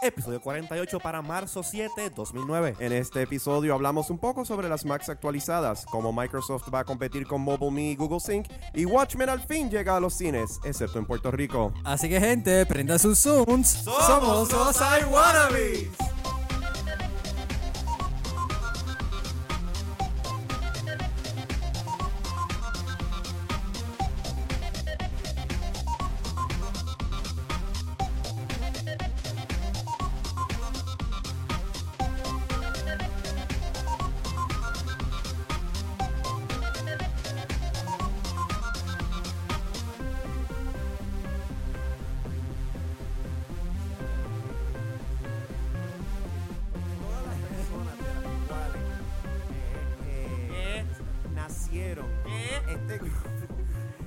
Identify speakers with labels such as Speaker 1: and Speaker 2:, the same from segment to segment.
Speaker 1: episodio 48 para marzo 7, 2009.
Speaker 2: En este episodio hablamos un poco sobre las Macs actualizadas, cómo Microsoft va a competir con MobileMe y Google Sync, y Watchmen al fin llega a los cines, excepto en Puerto Rico.
Speaker 3: Así que, gente, prenda sus Zooms.
Speaker 2: ¡Somos los iWannabes! Todas las personas de las cuales eh, eh, nacieron este grupo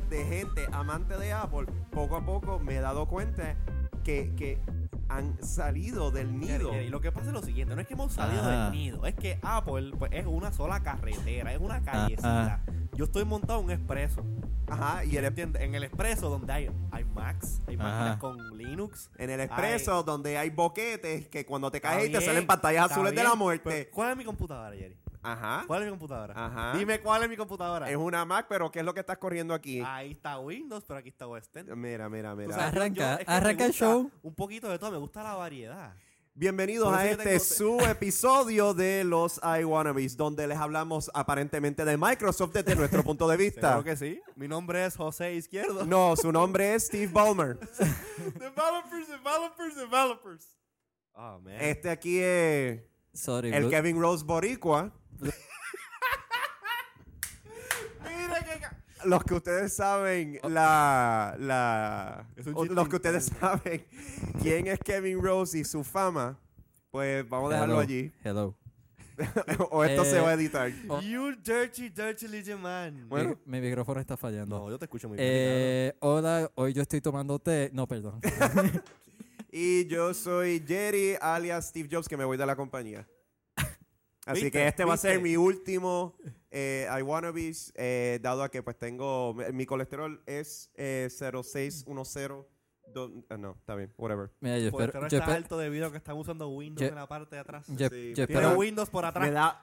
Speaker 2: de gente amante de Apple, poco a poco me he dado cuenta que, que han salido del
Speaker 1: Jerry,
Speaker 2: nido.
Speaker 1: Jerry, lo que pasa es lo siguiente, no es que hemos salido
Speaker 3: Ajá.
Speaker 1: del nido, es que Apple pues, es una sola carretera, es una callecita. Yo estoy montado en un expreso.
Speaker 2: Ajá, y
Speaker 1: Y él
Speaker 2: el,
Speaker 1: entiende, en el expreso donde hay, hay Macs, hay máquinas
Speaker 3: Ajá.
Speaker 1: con Linux.
Speaker 2: en el expreso donde hay boquetes que cuando te caes y te salen
Speaker 1: pantallas
Speaker 2: pantallas azules de la muerte.
Speaker 1: ¿Cuál es mi computadora, Jerry?
Speaker 2: Ajá.
Speaker 1: pues, ¿Cuál es mi computadora?
Speaker 2: Ajá.
Speaker 1: Dime cuál es mi computadora.
Speaker 2: Es una Mac, pero ¿qué es lo que estás corriendo aquí?
Speaker 1: Ahí está Windows, pero aquí está Western.
Speaker 2: Mira, Pues mira,
Speaker 1: Tú
Speaker 2: mira.
Speaker 1: sabes, yo-
Speaker 3: Arranca,
Speaker 1: es que me
Speaker 3: arranca el
Speaker 1: gusta
Speaker 3: show.
Speaker 1: Un poquito de todo, me gusta la variedad.
Speaker 2: Bienvenidos
Speaker 1: Por
Speaker 2: a
Speaker 1: eso yo
Speaker 2: este
Speaker 1: tengo-
Speaker 2: su episodio de los iWannabes, donde les hablamos aparentemente de Microsoft desde nuestro punto de vista.
Speaker 1: Claro que sí. Mi nombre es José Izquierdo.
Speaker 2: No, su nombre es Steve Ballmer.
Speaker 1: developers, developers, developers. Oh, man.
Speaker 2: Este aquí es
Speaker 3: Sorry,
Speaker 2: el
Speaker 3: Blue-
Speaker 2: Kevin Rose Boricua.
Speaker 1: Mira que... ca-
Speaker 2: Los que ustedes saben, la. la
Speaker 1: Es un
Speaker 2: o-
Speaker 1: chiste
Speaker 2: los que ustedes saben quién es Kevin Rose y su fama, pues vamos a dejarlo
Speaker 3: Hello.
Speaker 2: allí.
Speaker 3: Hello.
Speaker 2: o esto se
Speaker 3: Eh,
Speaker 2: va a editar.
Speaker 3: Oh.
Speaker 1: You dirty, dirty little man.
Speaker 2: Bueno.
Speaker 3: Mi, mi micrófono está fallando.
Speaker 1: No, yo te escucho muy bien.
Speaker 3: Eh, hola, hoy yo estoy tomando té. No, perdón.
Speaker 2: Y yo soy Jerry, alias Steve Jobs, que me voy de la compañía. Así
Speaker 1: ¿Viste?
Speaker 2: que este va a ser
Speaker 1: ¿Viste?
Speaker 2: mi último eh, I Wanna Be, eh, dado a que pues tengo, mi colesterol es eh, 0610. do- ah, no, está bien, whatever.
Speaker 3: Mira, yo
Speaker 1: Porque
Speaker 3: espero.
Speaker 1: ahora
Speaker 3: Yo,
Speaker 1: está
Speaker 3: espe-
Speaker 1: alto debido a que están usando Windows
Speaker 3: Yo-
Speaker 1: en la parte de atrás.
Speaker 3: yo-
Speaker 2: Sí.
Speaker 3: yo
Speaker 2: Tiene
Speaker 1: Tiene
Speaker 3: espero,
Speaker 1: Windows por atrás.
Speaker 2: Me da...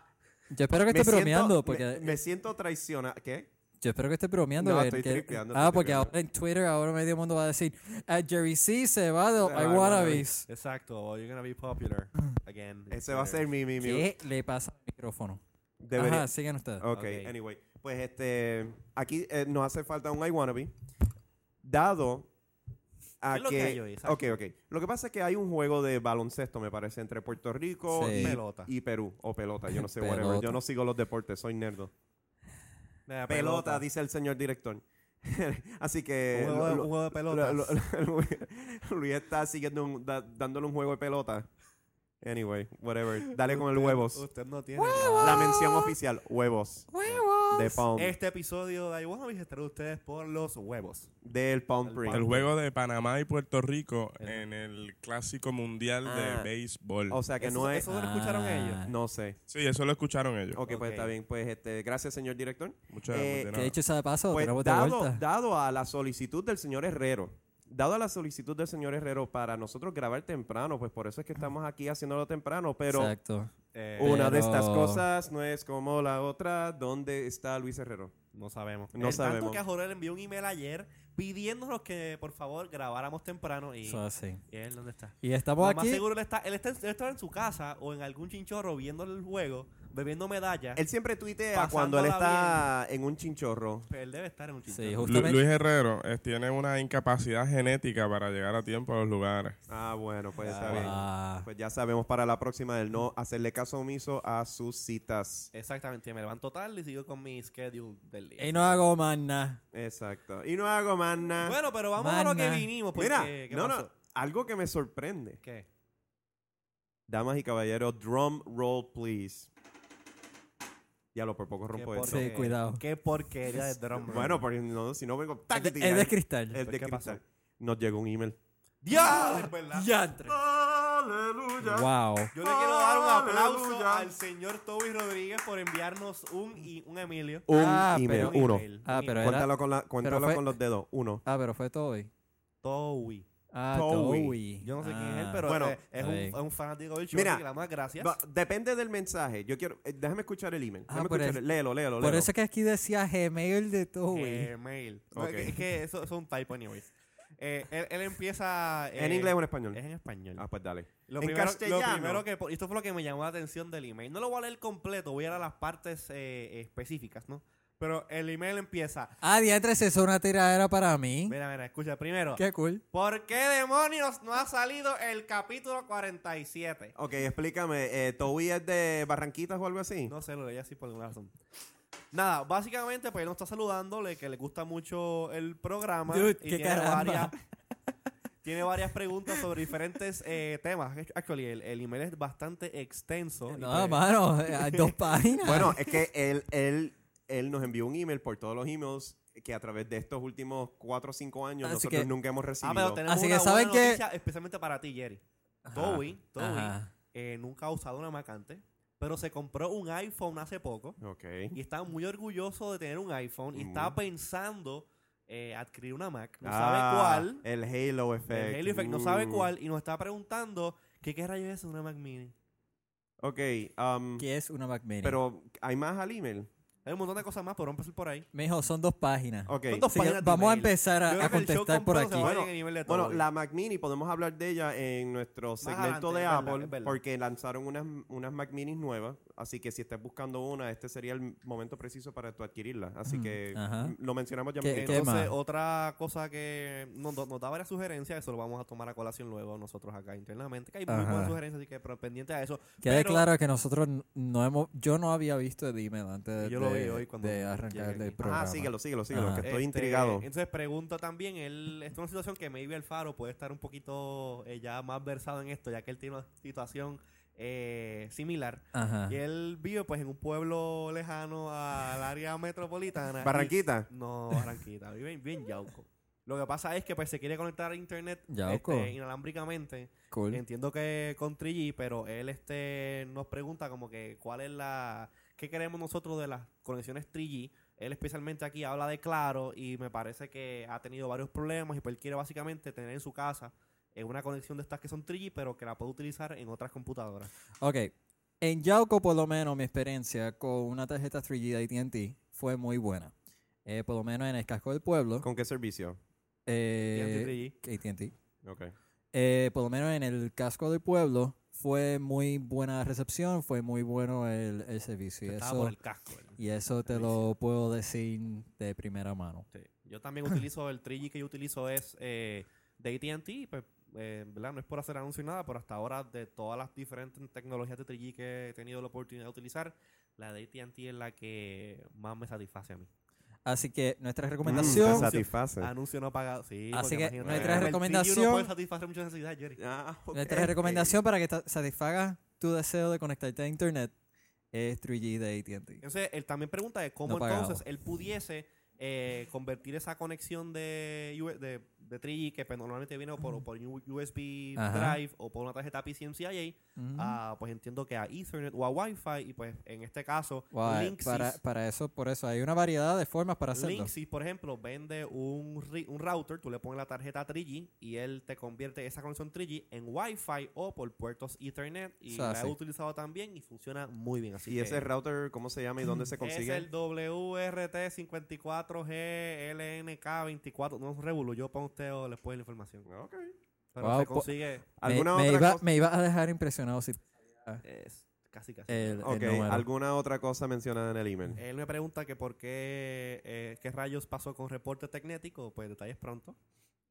Speaker 3: yo espero que
Speaker 2: me
Speaker 3: esté
Speaker 2: siento-
Speaker 3: bromeando.
Speaker 2: me-
Speaker 3: Porque,
Speaker 2: Me, siento traicionado. ¿Qué?
Speaker 3: yo espero que esté bromeando.
Speaker 2: No,
Speaker 3: que-
Speaker 2: estoy
Speaker 3: que-
Speaker 2: tripeando,
Speaker 3: ah,
Speaker 2: estoy
Speaker 3: porque
Speaker 2: tripeando.
Speaker 3: ahora en Twitter, ahora medio mundo va a decir: "Ah, Jerry C se va de
Speaker 2: Ah,
Speaker 3: I
Speaker 2: bueno,
Speaker 3: wanna
Speaker 1: Exacto. You're gonna be popular again.
Speaker 2: Ese va a ser mi... mi, mi-
Speaker 3: ¿Qué le pasa al micrófono?
Speaker 2: debería-
Speaker 3: Ajá, sigan ustedes.
Speaker 2: Ok,
Speaker 1: Ok.
Speaker 2: anyway. Pues este, aquí eh, nos hace falta un I wanna be, dado a
Speaker 1: ¿Qué es lo que hay hoy? Exacto.
Speaker 2: Ok, ok. Lo que pasa es que hay un juego de baloncesto, me parece, entre Puerto Rico
Speaker 3: Sí.
Speaker 2: y,
Speaker 1: Pelota.
Speaker 2: y Perú. O pelota, yo no sé, whatever.
Speaker 3: Pelota.
Speaker 2: Yo no sigo los deportes, soy nerdo.
Speaker 1: Nah,
Speaker 2: Pelota, dice el señor director. Así
Speaker 1: Un
Speaker 2: que...
Speaker 1: juego de-
Speaker 2: lo-
Speaker 1: un juego de
Speaker 2: lo-
Speaker 1: pelotas.
Speaker 2: lo- lo- Luis- Luis está siguiendo un- da- dándole un juego de pelota. Anyway, whatever. Dale con el
Speaker 1: Usted-
Speaker 2: huevos.
Speaker 1: Usted no tiene.
Speaker 2: La mención oficial, huevos.
Speaker 3: ¡Huevos!
Speaker 2: De Palm.
Speaker 1: Este episodio de Iwana visitar ustedes por los huevos.
Speaker 2: Del Palm
Speaker 1: El
Speaker 2: Print.
Speaker 4: El juego de Panamá y Puerto Rico
Speaker 1: El-
Speaker 4: en el clásico mundial
Speaker 2: Ah.
Speaker 4: de béisbol.
Speaker 2: O sea que
Speaker 1: eso,
Speaker 2: no es.
Speaker 1: Eso lo escucharon
Speaker 3: Ah.
Speaker 1: ellos.
Speaker 2: No sé.
Speaker 4: sí, eso lo escucharon ellos.
Speaker 2: Ok,
Speaker 1: Ok.
Speaker 2: pues está bien. Pues este, gracias, señor director.
Speaker 4: Muchas
Speaker 2: Eh,
Speaker 4: gracias.
Speaker 3: Que dicho sea de paso,
Speaker 2: Pues
Speaker 3: tenemos de
Speaker 2: dado,
Speaker 3: vuelta.
Speaker 2: dado a la solicitud del señor Herrero, dado a la solicitud del señor Herrero para nosotros grabar temprano, pues por eso es que estamos aquí haciéndolo temprano, pero
Speaker 3: Exacto.
Speaker 1: Eh,
Speaker 2: una de
Speaker 3: Pero-
Speaker 2: estas cosas no es como la otra. ¿Dónde está Luis Herrero?
Speaker 1: No sabemos.
Speaker 2: No
Speaker 1: El
Speaker 2: sabemos.
Speaker 1: Tanto que a Jorel envió un email ayer pidiéndonos que por favor grabáramos temprano y.
Speaker 3: Eso así.
Speaker 1: y él dónde está?
Speaker 3: Y estamos
Speaker 1: Lo más
Speaker 3: aquí.
Speaker 1: seguro él está, él está, él está en su casa o en algún chinchorro viendo el juego, bebiendo medallas.
Speaker 2: Él siempre tuitea
Speaker 1: Pasándola
Speaker 2: cuando él está en un chinchorro.
Speaker 1: Él debe estar en un
Speaker 3: Sí,
Speaker 1: chinchorro.
Speaker 4: Lu-
Speaker 3: justamente.
Speaker 4: Luis Herrero eh, tiene una incapacidad genética para llegar a tiempo a los lugares.
Speaker 2: Ah, bueno, pues está bien.
Speaker 3: Ah,
Speaker 2: Pues ya sabemos para la próxima del no hacerle caso omiso a sus citas.
Speaker 1: Exactamente, me levanto tarde y sigo con mi schedule del día.
Speaker 3: y no hago más nada.
Speaker 2: Exacto. Y no hago más nada.
Speaker 1: Bueno, pero vamos a lo que
Speaker 3: Mana.
Speaker 1: vinimos.
Speaker 3: pues,
Speaker 1: Porque,
Speaker 2: Ah. Mira,
Speaker 1: ¿qué
Speaker 2: no,
Speaker 1: pasó?
Speaker 2: no, algo que me sorprende.
Speaker 1: ¿Qué?
Speaker 2: Damas y caballeros, drum roll, please. Ya lo por poco rompo
Speaker 1: ¿Qué
Speaker 2: esto.
Speaker 3: Sí, cuidado.
Speaker 1: Qué porquería de drum roll.
Speaker 2: Bueno, pues. porque no, si no vengo...
Speaker 3: Es de, es de cristal.
Speaker 2: Es de
Speaker 1: ¿Qué pasó?
Speaker 2: cristal. Nos llegó un email.
Speaker 1: ¡Dios! Es verdad.
Speaker 3: Diantre.
Speaker 2: ¡Aleluya!
Speaker 3: Wow.
Speaker 1: Yo le quiero dar un aplauso
Speaker 2: Aleluya.
Speaker 1: al señor Toby Rodríguez por enviarnos un, y, un Emilio.
Speaker 2: Un
Speaker 3: Ah,
Speaker 2: email,
Speaker 3: pero-
Speaker 2: uno.
Speaker 1: email.
Speaker 3: Ah,
Speaker 1: Un
Speaker 3: pero
Speaker 1: email.
Speaker 3: era-
Speaker 2: Cuéntalo, con, la, cuéntalo
Speaker 3: fue-
Speaker 2: con los dedos, uno.
Speaker 3: Ah, pero fue todo hoy.
Speaker 1: Toby.
Speaker 3: Ah,
Speaker 2: Towie.
Speaker 3: Towie.
Speaker 1: Yo no sé quién es él,
Speaker 3: Ah.
Speaker 1: pero
Speaker 2: Bueno,
Speaker 1: es, es un,
Speaker 3: ahí.
Speaker 1: es un fanático del show.
Speaker 2: Mira,
Speaker 1: así que le damos las gracias.
Speaker 2: Va- depende del mensaje. Yo quiero. eh, déjame escuchar el email.
Speaker 3: Ah,
Speaker 2: Déjame
Speaker 3: por
Speaker 2: escuchar
Speaker 3: eso-
Speaker 2: el- léelo, léelo, léelo.
Speaker 3: Por eso es que aquí decía Gmail de
Speaker 1: Eh.
Speaker 3: Towie.
Speaker 1: Gmail. No,
Speaker 4: Ok.
Speaker 1: es que eso eso es un typo, anyways. Eh, él, él empieza. eh,
Speaker 2: ¿En inglés o en español?
Speaker 1: Es en español.
Speaker 2: Ah, pues dale.
Speaker 1: Lo
Speaker 2: en
Speaker 1: primero, lo
Speaker 2: castellano.
Speaker 1: primero que. po- Esto fue lo que me llamó la atención del email. No lo voy a leer completo, voy a ir a las partes eh, específicas, ¿no? Pero el email empieza.
Speaker 3: Ah, diantres, eso es una tiradera para mí.
Speaker 1: Mira, mira, escucha. Primero,
Speaker 3: Qué cool.
Speaker 1: ¿por qué demonios no ha salido el capítulo 47?
Speaker 2: Ok, explícame. Eh, ¿Toby es de Barranquitas o algo así?
Speaker 1: No sé, lo leí así por alguna razón. Nada, básicamente, pues él nos está saludándole, que le gusta mucho el programa.
Speaker 3: Dude,
Speaker 1: y
Speaker 3: qué
Speaker 1: tiene
Speaker 3: caramba.
Speaker 1: varias. Tiene varias preguntas sobre diferentes eh, temas. Actually, el, el email es bastante extenso. y
Speaker 3: No,
Speaker 1: pues-
Speaker 3: mano, eh, dos páginas.
Speaker 2: Bueno, es que él, él, él nos envió un email por todos los emails que a través de estos últimos 4 o 5 años
Speaker 3: Así
Speaker 2: nosotros
Speaker 3: que-
Speaker 2: nunca hemos
Speaker 1: Ah,
Speaker 2: recibido.
Speaker 1: pero tenemos
Speaker 3: Así
Speaker 1: una
Speaker 3: que saben
Speaker 1: buena
Speaker 3: que-
Speaker 1: noticia especialmente para ti, Jerry. Toby, Toby
Speaker 3: Ajá.
Speaker 1: eh, nunca ha usado una macante, pero se compró un iPhone hace poco
Speaker 2: Ok.
Speaker 1: y está muy orgulloso de tener un iPhone y
Speaker 2: Mm.
Speaker 1: está pensando eh, adquirir una Mac. No
Speaker 2: Ah,
Speaker 1: sabe cuál.
Speaker 2: El Halo Effect.
Speaker 1: El Halo Effect no sabe
Speaker 2: Mm.
Speaker 1: cuál y nos está preguntando que qué rayos es una Mac Mini.
Speaker 2: Ok, um,
Speaker 3: Que es una Mac Mini.
Speaker 2: pero ¿hay más al email?
Speaker 1: Hay un montón de cosas más, pero vamos a empezar por ahí.
Speaker 3: Mijo, son dos páginas.
Speaker 2: Ok.
Speaker 1: Son dos
Speaker 3: Así que
Speaker 1: páginas de
Speaker 3: vamos a
Speaker 1: email.
Speaker 3: empezar
Speaker 1: Yo
Speaker 3: a,
Speaker 1: creo
Speaker 3: a
Speaker 1: que el show
Speaker 3: contestar por
Speaker 1: completo se
Speaker 3: aquí.
Speaker 1: va a ir
Speaker 2: Bueno,
Speaker 1: en el nivel de
Speaker 2: Bueno,
Speaker 1: Toby.
Speaker 2: la Mac Mini podemos hablar de ella en nuestro segmento
Speaker 1: adelante,
Speaker 2: de
Speaker 1: es verdad,
Speaker 2: Apple
Speaker 1: es verdad.
Speaker 2: porque lanzaron unas, unas Mac Minis nuevas, así que si estás buscando una, este sería el momento preciso para tú adquirirla, así
Speaker 3: Mm,
Speaker 2: que
Speaker 3: ajá.
Speaker 2: m- lo mencionamos ya.
Speaker 3: ¿Qué-
Speaker 2: mismo. Ah,
Speaker 3: qué
Speaker 1: Entonces,
Speaker 3: más?
Speaker 1: otra cosa que nos, do- nos da varias sugerencias, eso lo vamos a tomar a colación luego nosotros acá internamente, que hay muy
Speaker 3: Ajá.
Speaker 1: buenas sugerencias, así que pero pendiente a eso.
Speaker 3: Quede
Speaker 1: Pero-
Speaker 3: claro que nosotros n- no hemos, yo no había visto el email antes de,
Speaker 1: Yo lo vi hoy cuando
Speaker 3: de
Speaker 1: llegué
Speaker 3: arrancar
Speaker 1: aquí.
Speaker 3: el
Speaker 1: Ajá,
Speaker 3: programa.
Speaker 2: Ah, síguelo, síguelo, síguelo,
Speaker 3: Ajá.
Speaker 2: que estoy
Speaker 1: Este,
Speaker 2: intrigado.
Speaker 1: Entonces pregunta también, él, esta es una situación que maybe Alfaro puede estar un poquito eh, ya más versado en esto, ya que él tiene una situación eh, similar.
Speaker 3: Ajá.
Speaker 2: Ah.
Speaker 1: Y él vive pues en un pueblo lejano al área metropolitana.
Speaker 2: Barranquita.
Speaker 1: Y- no, Barranquita, vive en- vive en Yauco. Lo que pasa es que pues se quiere conectar a internet
Speaker 3: Yauco.
Speaker 1: este, inalámbricamente.
Speaker 3: Cool.
Speaker 1: Entiendo que con 3G, pero él este nos pregunta como que cuál es la qué queremos nosotros de las conexiones 3G. Él especialmente aquí habla de Claro y me parece que ha tenido varios problemas y pues él quiere básicamente tener en su casa eh, una conexión de estas que son 3G, pero que la puede utilizar en otras computadoras.
Speaker 3: Ok. En Yauco, por lo menos, mi experiencia con una tarjeta 3G de ATT fue muy buena. Eh, por lo menos en el casco del pueblo.
Speaker 2: ¿Con qué servicio?
Speaker 3: Eh,
Speaker 1: 3G.
Speaker 3: ATT.
Speaker 2: Ok. Mm,
Speaker 3: Eh, por lo menos en el casco del pueblo fue muy buena recepción, fue muy bueno el, el servicio. Y
Speaker 1: Estaba por
Speaker 3: eso,
Speaker 1: el casco. ¿verdad?
Speaker 3: y eso te lo puedo decir de primera mano.
Speaker 1: Sí. Yo también utilizo el 3G que yo utilizo es eh, de ATT, pues, eh, ¿verdad? No es por hacer anuncio ni nada, pero hasta ahora de todas las diferentes tecnologías de 3G que he tenido la oportunidad de utilizar, la de ATT es la que más me satisface a mí.
Speaker 3: Así que nuestra
Speaker 2: Mm,
Speaker 3: recomendación.
Speaker 2: te satisface.
Speaker 1: Anuncio no pagado, sí.
Speaker 3: Así que
Speaker 1: porque imagínate,
Speaker 2: nuestra
Speaker 1: el 3G
Speaker 3: recomendación-
Speaker 1: no puede satisfacer muchas necesidades, Jerry.
Speaker 2: Ah, ok.
Speaker 3: Nuestra recomendación para que ta- satisfagas tu deseo de conectarte a internet es 3G de
Speaker 2: Em,
Speaker 3: ATT.
Speaker 1: Entonces, él también pregunta de cómo
Speaker 3: No pagado.
Speaker 1: entonces él pudiese eh, convertir esa conexión de, U- de, de 3G, que pues, normalmente viene o por, por USB
Speaker 3: Ajá.
Speaker 1: Drive o por una tarjeta PCMCIA,
Speaker 3: Ujú.
Speaker 2: ah,
Speaker 1: a, pues entiendo que a Ethernet o a Wi-Fi y pues en este caso
Speaker 3: Guay,
Speaker 1: Linksys,
Speaker 3: para, para eso, por eso, hay una variedad de formas para hacerlo.
Speaker 1: Linksys, por ejemplo, vende un, ri- un router, tú le pones la tarjeta 3G y él te convierte esa conexión 3G en Wi-Fi o por puertos Ethernet y
Speaker 3: O sea,
Speaker 1: la
Speaker 3: sí.
Speaker 1: he utilizado también y funciona muy bien. Así
Speaker 2: ¿Y
Speaker 1: que
Speaker 2: ese router cómo se llama y dónde se
Speaker 1: es
Speaker 2: consigue?
Speaker 1: el WRT54GLNK24, no es un revuelo, yo pongo usted o les pongo la información.
Speaker 2: Ok.
Speaker 1: Pero
Speaker 3: Wow,
Speaker 1: se
Speaker 3: po-
Speaker 1: consigue
Speaker 3: Me,
Speaker 2: ¿Alguna
Speaker 3: me
Speaker 2: otra
Speaker 3: iba,
Speaker 2: cosa?
Speaker 3: me iba a dejar impresionado si
Speaker 1: es casi casi.
Speaker 3: el, el
Speaker 2: Ok,
Speaker 3: número.
Speaker 2: ¿alguna otra cosa mencionada en el email?
Speaker 1: Él me pregunta que por qué, eh, qué rayos pasó con reporte tecnético, pues detalles pronto.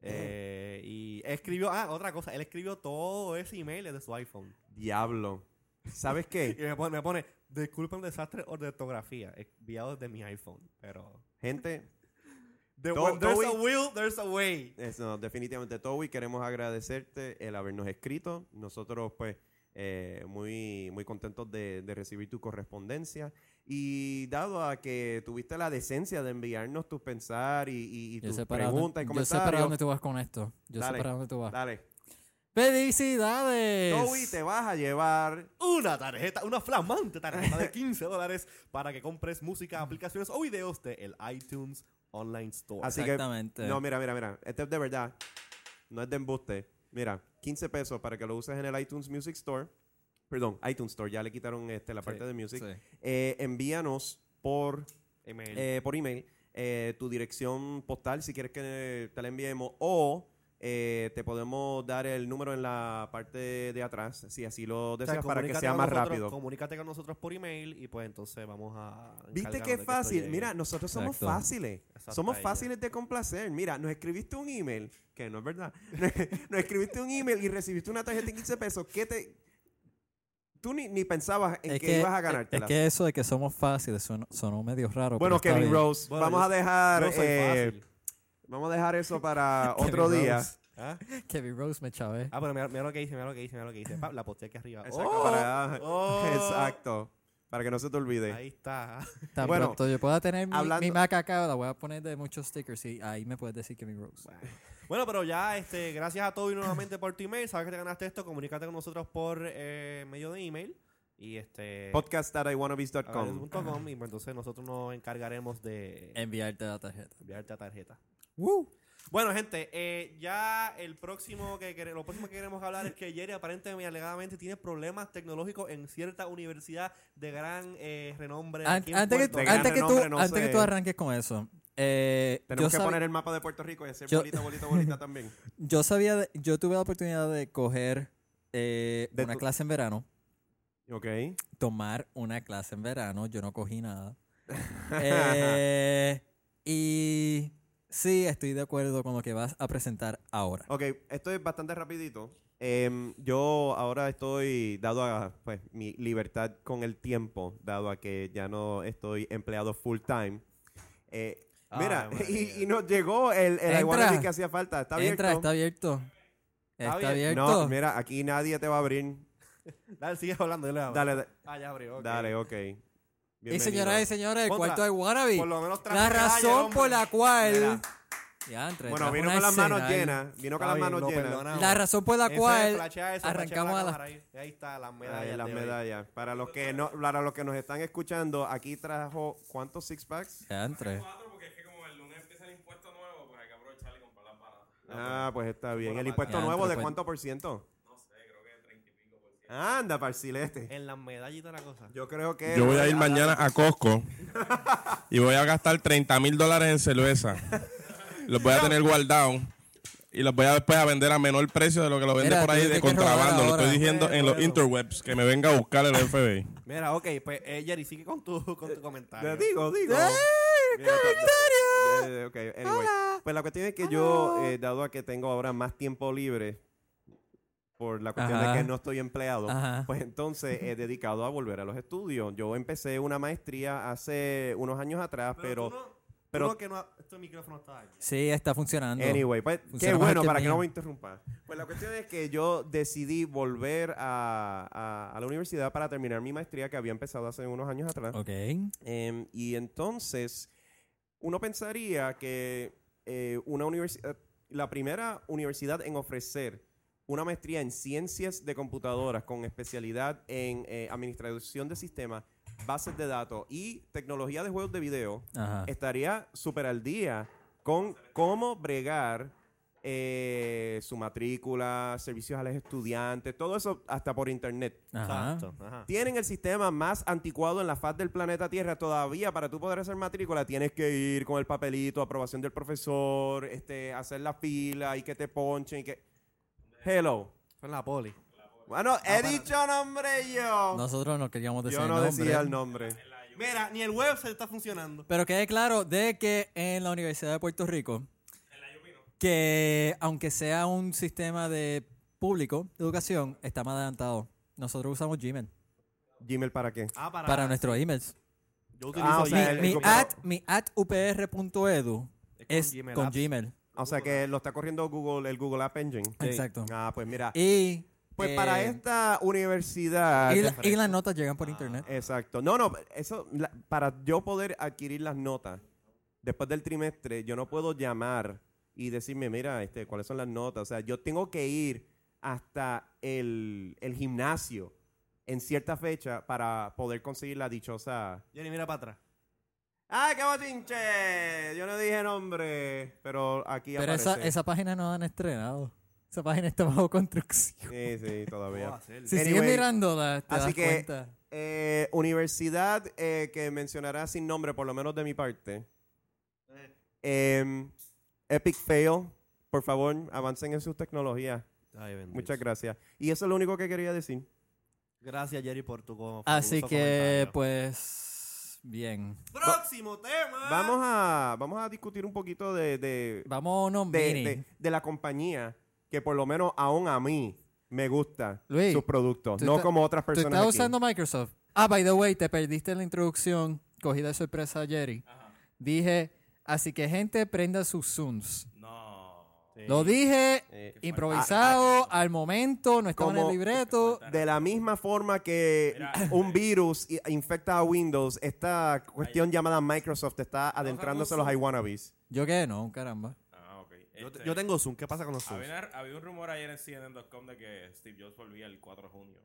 Speaker 1: Eh, y escribió, ah, otra cosa, él escribió todo ese email desde su iPhone.
Speaker 2: Diablo. ¿Sabes qué?
Speaker 1: Y me pone, me pone disculpen desastre o de ortografía, enviado desde mi iPhone, pero...
Speaker 2: Gente,
Speaker 1: There-
Speaker 2: Do-
Speaker 1: when there's a
Speaker 2: doy-
Speaker 1: will, there's a way.
Speaker 2: es- no, definitivamente, Toby, queremos agradecerte el habernos escrito. Nosotros, pues, eh, muy, muy contentos de, de recibir tu correspondencia. Y dado a que tuviste la decencia de enviarnos tus pensar y, y- y
Speaker 3: yo
Speaker 2: tus
Speaker 3: sé, para
Speaker 2: preguntas
Speaker 3: dónde,
Speaker 2: y
Speaker 3: yo sé para dónde
Speaker 2: comentarios,
Speaker 3: tú vas con esto. Yo
Speaker 2: Dale,
Speaker 3: sé para dónde tú vas.
Speaker 2: dale.
Speaker 3: ¡Felicidades!
Speaker 2: Toby, te vas a llevar
Speaker 1: Una tarjeta, una flamante tarjeta de 15 dólares para que compres música, aplicaciones o videos de el iTunes Online Store.
Speaker 2: Así que-
Speaker 3: Exactamente.
Speaker 2: No, mira, mira, mira. Este es de verdad. No es de embuste. Mira, 15 pesos para que lo uses en el iTunes Music Store. Perdón, iTunes Store, ya le quitaron este, la
Speaker 3: Sí,
Speaker 2: parte de music.
Speaker 3: sí.
Speaker 2: Eh, envíanos por
Speaker 1: Email.
Speaker 2: eh, por email eh, tu dirección postal si quieres que eh, te la enviemos o eh, te podemos dar el número en la parte de atrás si así lo
Speaker 1: O
Speaker 2: deseas
Speaker 1: sea,
Speaker 2: para que
Speaker 1: comunícate
Speaker 2: sea
Speaker 1: con
Speaker 2: más
Speaker 1: nosotros-
Speaker 2: rápido.
Speaker 1: Comunícate con nosotros por email y pues entonces vamos a.
Speaker 2: ¿Viste
Speaker 1: encargarnos de
Speaker 2: qué
Speaker 1: que esto
Speaker 2: fácil?
Speaker 1: llegue.
Speaker 2: Mira, nosotros somos
Speaker 3: Exacto.
Speaker 2: fáciles.
Speaker 1: Exacto,
Speaker 2: somos
Speaker 1: ahí ya.
Speaker 2: fáciles de complacer. Mira, nos escribiste un email, que no es verdad. nos escribiste un email y recibiste una tarjeta de 15 pesos. ¿Qué te...? Tú ni, ni pensabas en
Speaker 3: Es
Speaker 2: que, ibas a ganártela.
Speaker 3: Es que eso de que somos fáciles sonó, sonó medio raro.
Speaker 2: bueno,
Speaker 3: pero está
Speaker 2: Kevin
Speaker 3: bien.
Speaker 2: Rose,
Speaker 1: Bueno,
Speaker 2: vamos
Speaker 1: yo-
Speaker 2: a dejar...
Speaker 1: Yo soy
Speaker 2: eh,
Speaker 1: fácil.
Speaker 2: Vamos a dejar eso para
Speaker 3: Kevin
Speaker 2: otro día.
Speaker 3: Rose. Kevin Rose me chavé.
Speaker 1: Ah, pero mira, mira lo que hice, mira lo que hice, mira lo que hice. Pa, la posteé aquí arriba.
Speaker 2: Exacto,
Speaker 1: ¡Oh!
Speaker 2: para,
Speaker 1: ¡Oh!
Speaker 2: exacto. Para que no se te olvide.
Speaker 1: Ahí está.
Speaker 3: Tan
Speaker 2: bueno,
Speaker 3: pronto yo pueda tener mi,
Speaker 2: hablando-
Speaker 3: mi Mac acá, la voy a poner de muchos stickers y ahí me puedes decir Kevin Rose.
Speaker 1: Bueno, pero ya, este, gracias a Toby nuevamente por tu email. Sabes que te ganaste esto. Comunícate con nosotros por eh, medio de email. Y este.
Speaker 2: Podcast at
Speaker 1: a ver,
Speaker 2: iwannabes.com.
Speaker 1: punto com, y pues entonces nosotros nos encargaremos de
Speaker 3: Enviarte la tarjeta.
Speaker 1: enviarte la tarjeta.
Speaker 3: ¡Woo!
Speaker 1: Bueno, gente, eh, ya el próximo que quere- lo próximo que queremos hablar es que Jerry aparentemente y alegadamente tiene problemas tecnológicos en cierta universidad de gran eh, renombre.
Speaker 3: An-
Speaker 1: aquí en
Speaker 3: antes, que,
Speaker 1: Puerto
Speaker 2: de
Speaker 3: tú-
Speaker 1: Rico.
Speaker 2: gran
Speaker 3: antes que
Speaker 2: renombre,
Speaker 3: tú,
Speaker 2: no
Speaker 3: antes que
Speaker 2: sé.
Speaker 3: tú arranques con eso, eh, yo,
Speaker 2: Tenemos que
Speaker 3: sab-
Speaker 2: poner el mapa de Puerto Rico y hacer
Speaker 3: Yo-
Speaker 2: bolita, bolita, bolita también.
Speaker 3: yo sabía, de- yo tuve la oportunidad de coger eh,
Speaker 2: De
Speaker 3: una
Speaker 2: tu-
Speaker 3: clase en verano,
Speaker 2: Ok.
Speaker 3: tomar una clase en verano, yo no cogí nada. Eh, y sí, estoy de acuerdo con lo que vas a presentar ahora.
Speaker 2: Ok, esto es bastante rapidito. Em, yo ahora estoy, dado a pues, mi libertad con el tiempo, dado a que ya no estoy empleado full time. eh,
Speaker 1: Ay,
Speaker 2: mira,
Speaker 1: María.
Speaker 2: y, y nos llegó el, el
Speaker 3: Entra.
Speaker 2: iWannabes que hacía falta. Está abierto.
Speaker 3: Entra, está abierto. Está
Speaker 1: Está
Speaker 3: abierto.
Speaker 2: No, mira, aquí nadie te va a abrir.
Speaker 1: Dale, sigue hablando. Yo le hablo.
Speaker 2: Dale, da-
Speaker 1: Ah, ya abrió. ok.
Speaker 2: dale, ok.
Speaker 3: y
Speaker 2: Bienvenido.
Speaker 3: señoras y señores, el
Speaker 1: Contra.
Speaker 3: cuarto de Wannabe.
Speaker 1: Por lo menos trajo
Speaker 3: La
Speaker 1: medalla,
Speaker 3: razón
Speaker 1: hombre.
Speaker 3: por la cual.
Speaker 1: Mira.
Speaker 3: Diantre,
Speaker 2: Bueno,
Speaker 3: trajo
Speaker 2: vino
Speaker 3: una
Speaker 2: con las manos
Speaker 3: escena ahí.
Speaker 2: llenas. Vino con
Speaker 1: Está
Speaker 2: las
Speaker 1: bien,
Speaker 2: manos
Speaker 1: lo
Speaker 2: llenas.
Speaker 1: perdonamos.
Speaker 3: La razón por la
Speaker 1: Ese,
Speaker 3: cual.
Speaker 1: flashea eso, flashea
Speaker 3: arrancamos
Speaker 1: la
Speaker 3: a la-
Speaker 1: cámara ahí. Ahí está, las medallas.
Speaker 2: Ahí,
Speaker 1: de
Speaker 2: las
Speaker 1: hoy.
Speaker 2: medallas. Para los que no, para los que nos están escuchando, aquí trajo ¿cuántos six packs?
Speaker 3: Diantre.
Speaker 4: Cuatro, porque es que como el lunes empieza el impuesto nuevo, pues hay que aprovechar y comprar las bananas.
Speaker 2: Ah, pues está bien.
Speaker 1: Bueno,
Speaker 2: El
Speaker 1: para-
Speaker 2: impuesto
Speaker 3: Ya,
Speaker 2: nuevo
Speaker 3: entre
Speaker 2: de
Speaker 3: pues-
Speaker 2: cuánto por ciento?
Speaker 4: No sé, creo que treinta y pico por ciento.
Speaker 2: Anda, parcilete.
Speaker 3: Eh,
Speaker 1: En las medallas y toda la cosa.
Speaker 2: Yo creo que
Speaker 4: Yo voy a ir mañana a Costco y voy a gastar 30 mil dólares en cerveza. Los voy a tener guardados y los voy a después a vender a menor precio de lo que lo vende
Speaker 3: Mira,
Speaker 4: por ahí
Speaker 3: tú
Speaker 4: de
Speaker 3: tienes que robar
Speaker 4: contrabando. Lo
Speaker 3: ahora.
Speaker 4: estoy diciendo en los
Speaker 1: Bueno.
Speaker 4: interwebs que me venga a buscar el FBI.
Speaker 1: Mira, ok, pues eh, Jerry, sigue con tu, con tu comentario.
Speaker 2: Te digo, digo. Mira, eh, ok, anyway. Pues la cuestión es que yo, eh, dado a que tengo ahora más tiempo libre, por la cuestión
Speaker 3: Ajá.
Speaker 2: de que no estoy empleado,
Speaker 3: Ajá.
Speaker 2: pues entonces he dedicado a volver a los estudios. Yo empecé una maestría hace unos años atrás, pero...
Speaker 1: tú no- tú
Speaker 2: pero-
Speaker 1: no que no, ha- este micrófono está ahí.
Speaker 3: Sí, está funcionando.
Speaker 2: Anyway, pues qué
Speaker 3: Funciona
Speaker 2: bueno,
Speaker 3: bastante
Speaker 2: para que no
Speaker 3: bien.
Speaker 2: me interrumpa. Pues la cuestión es que yo decidí volver a, a- a la universidad para terminar mi maestría que había empezado hace unos años atrás.
Speaker 3: Ok.
Speaker 2: Em, y entonces, uno pensaría que eh, una universidad, la primera universidad en ofrecer una maestría en ciencias de computadoras con especialidad en eh, administración de sistemas, bases de datos y tecnología de juegos de video,
Speaker 3: Ajá.
Speaker 2: estaría súper al día con cómo bregar eh, su matrícula, servicios a los estudiantes, todo eso hasta por internet.
Speaker 3: Ajá.
Speaker 1: Exacto. Ajá.
Speaker 2: Tienen el sistema más anticuado en la faz del planeta Tierra. Todavía para tú poder hacer matrícula tienes que ir con el papelito, aprobación del profesor, este, hacer la fila y que te ponchen y que... Hello.
Speaker 1: Con la poli.
Speaker 2: Bueno, he dicho nombre yo.
Speaker 3: Nosotros Ah, no queríamos decir
Speaker 2: yo
Speaker 3: el
Speaker 2: no
Speaker 3: nombre.
Speaker 2: decía el nombre.
Speaker 1: Mira, ni el website está funcionando.
Speaker 3: Pero quede claro de que en la Universidad de Puerto Rico, que aunque sea un sistema de público de educación, está más adelantado. Nosotros usamos Gmail
Speaker 2: Gmail para qué?
Speaker 1: Ah, para,
Speaker 3: para nuestros emails.
Speaker 1: Yo utilizo
Speaker 2: Ah, o sea,
Speaker 1: Gmail.
Speaker 2: el-
Speaker 3: mi,
Speaker 2: el-
Speaker 3: at, mi at upr.edu
Speaker 1: Es con
Speaker 3: es
Speaker 1: Gmail
Speaker 3: con
Speaker 1: Apps.
Speaker 3: Gmail.
Speaker 2: O sea que lo está corriendo Google, el Google App Engine.
Speaker 3: Exacto.
Speaker 2: Ah, pues mira.
Speaker 3: Y,
Speaker 2: Pues
Speaker 3: eh,
Speaker 2: para ah, esta universidad...
Speaker 3: y, la- y las notas llegan
Speaker 2: Ah,
Speaker 3: por internet.
Speaker 2: Exacto. No, no, eso, la- para yo poder adquirir las notas después del trimestre, yo no puedo llamar y decirme, mira, este, cuáles son las notas. O sea, yo tengo que ir hasta el, el gimnasio en cierta fecha para poder conseguir la dichosa.
Speaker 1: Jerry, mira para atrás.
Speaker 2: ¡Ah, qué bochinche! Yo no dije nombre, pero aquí
Speaker 3: Pero
Speaker 2: aparece.
Speaker 3: esa, esa página no la han estrenado. Esa página está bajo construcción.
Speaker 2: Sí, sí,
Speaker 1: ¿Cómo va
Speaker 2: todavía.
Speaker 1: a ser?
Speaker 3: Si sigues
Speaker 2: Anyway,
Speaker 3: mirándola, te
Speaker 2: así
Speaker 3: das
Speaker 2: que-
Speaker 3: cuenta.
Speaker 2: Eh, universidad eh, que mencionará sin nombre, por lo menos de mi parte. Em, Epic Fail. Por favor, avancen en sus tecnologías.
Speaker 1: Ay, bendito.
Speaker 2: Muchas gracias. Y eso es lo único que quería decir.
Speaker 1: Gracias, Jerry, por tu co-
Speaker 3: Así
Speaker 1: fabuloso
Speaker 3: que,
Speaker 1: comentario.
Speaker 3: pues, bien.
Speaker 1: Próximo tema.
Speaker 2: Vamos a, vamos a discutir un poquito de, de,
Speaker 3: Vamos a
Speaker 2: de-
Speaker 3: mini.
Speaker 2: de- de la compañía que por lo menos aún a mí me gusta
Speaker 3: Luis,
Speaker 2: sus productos,
Speaker 3: tú
Speaker 2: no
Speaker 3: estás-
Speaker 2: como otras
Speaker 3: Tú
Speaker 2: personas.
Speaker 3: estás
Speaker 2: aquí.
Speaker 3: usando Microsoft. Ah, by the way, te perdiste la introducción. Cogida de sorpresa a Jerry. Dije, así que gente, prenda sus Zooms.
Speaker 5: No.
Speaker 3: Lo dije
Speaker 2: Eh,
Speaker 3: improvisado, al momento, no estaba en el
Speaker 2: Como-
Speaker 3: libreto.
Speaker 2: De la misma forma que
Speaker 5: Mira,
Speaker 2: un
Speaker 5: eh,
Speaker 2: virus i- infecta a Windows, esta cuestión llamada Microsoft está adentrándose a los iWannabes.
Speaker 3: Yo qué, no, caramba.
Speaker 5: Ah, ok. Este,
Speaker 1: Yo, te- yo tengo Zoom. ¿Qué pasa con los Zoom?
Speaker 5: Había, una- había un rumor ayer en CNN.com de que Steve Jobs volvía el 4 de junio.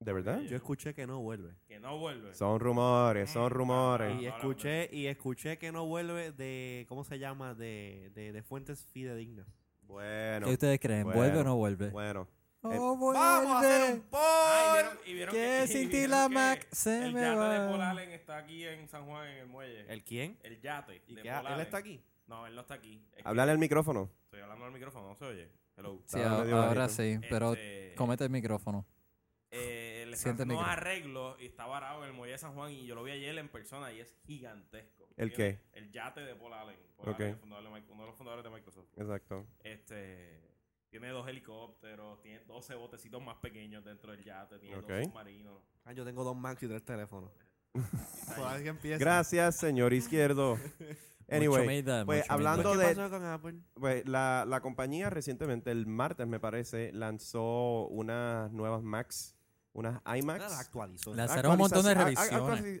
Speaker 2: ¿De verdad?
Speaker 1: Yo escuché que no vuelve.
Speaker 5: Que no vuelve.
Speaker 2: Son rumores, son rumores.
Speaker 1: Y
Speaker 5: Ah,
Speaker 1: escuché, y escuché que no vuelve de, ¿cómo se llama? De, de, de fuentes fidedignas.
Speaker 2: Bueno,
Speaker 3: ¿Qué ustedes creen?
Speaker 2: Bueno,
Speaker 3: ¿Vuelve o no vuelve?
Speaker 2: bueno.
Speaker 3: ¡No vuelve!
Speaker 1: ¡Vamos a hacer un
Speaker 5: Ah,
Speaker 1: poll!
Speaker 5: y vieron- y vieron
Speaker 3: que
Speaker 5: y
Speaker 3: sin ti
Speaker 5: vieron
Speaker 3: la
Speaker 5: que
Speaker 3: Mac se
Speaker 5: el
Speaker 3: me
Speaker 5: yate
Speaker 3: va.
Speaker 5: de Paul Allen está aquí en San Juan, en el muelle. El,
Speaker 1: ¿El quién?
Speaker 5: yate
Speaker 1: ¿Y
Speaker 5: de
Speaker 1: qué?
Speaker 5: Paul
Speaker 1: ¿Él
Speaker 5: Allen.
Speaker 1: está aquí?
Speaker 5: No, él no está aquí. Es que
Speaker 2: Hablarle al micrófono.
Speaker 5: Estoy hablando al micrófono, no se oye. Hello.
Speaker 3: Sí,
Speaker 2: Estaba medio
Speaker 3: ahora
Speaker 2: bajito.
Speaker 3: sí, pero
Speaker 5: Este,
Speaker 3: comete el micrófono.
Speaker 5: eh, le
Speaker 3: Siente
Speaker 5: están
Speaker 3: el
Speaker 5: haciendo
Speaker 3: micrófono.
Speaker 5: arreglos y está varado en el muelle de San Juan y yo lo vi ayer en persona y es gigantesco.
Speaker 2: ¿El
Speaker 5: Tiene El yate de Paul Allen. Paul
Speaker 2: Ok.
Speaker 5: Allen, el fundador de Mic- uno de los fundadores de Microsoft.
Speaker 2: Exacto.
Speaker 5: Este tiene dos helicópteros, tiene 12 botecitos más pequeños dentro del yate, tiene
Speaker 2: Ok.
Speaker 5: dos submarinos.
Speaker 1: Ah, yo tengo dos Macs y tres teléfonos. Pues alguien empieza.
Speaker 2: Gracias, señor izquierdo.
Speaker 3: Mucho
Speaker 2: Anyway,
Speaker 3: humildad,
Speaker 2: pues,
Speaker 3: mucho
Speaker 1: Pues,
Speaker 2: hablando
Speaker 3: humildad.
Speaker 1: ¿Qué
Speaker 2: de-
Speaker 1: pasó con Apple?
Speaker 2: Pues la, la compañía recientemente, el martes me parece, lanzó unas nuevas Macs, unas
Speaker 1: Nada, la
Speaker 2: iMacs.
Speaker 1: actualizó.
Speaker 3: Las- Lanzaron un montón de
Speaker 2: Actualiza- a- a-
Speaker 3: revisiones.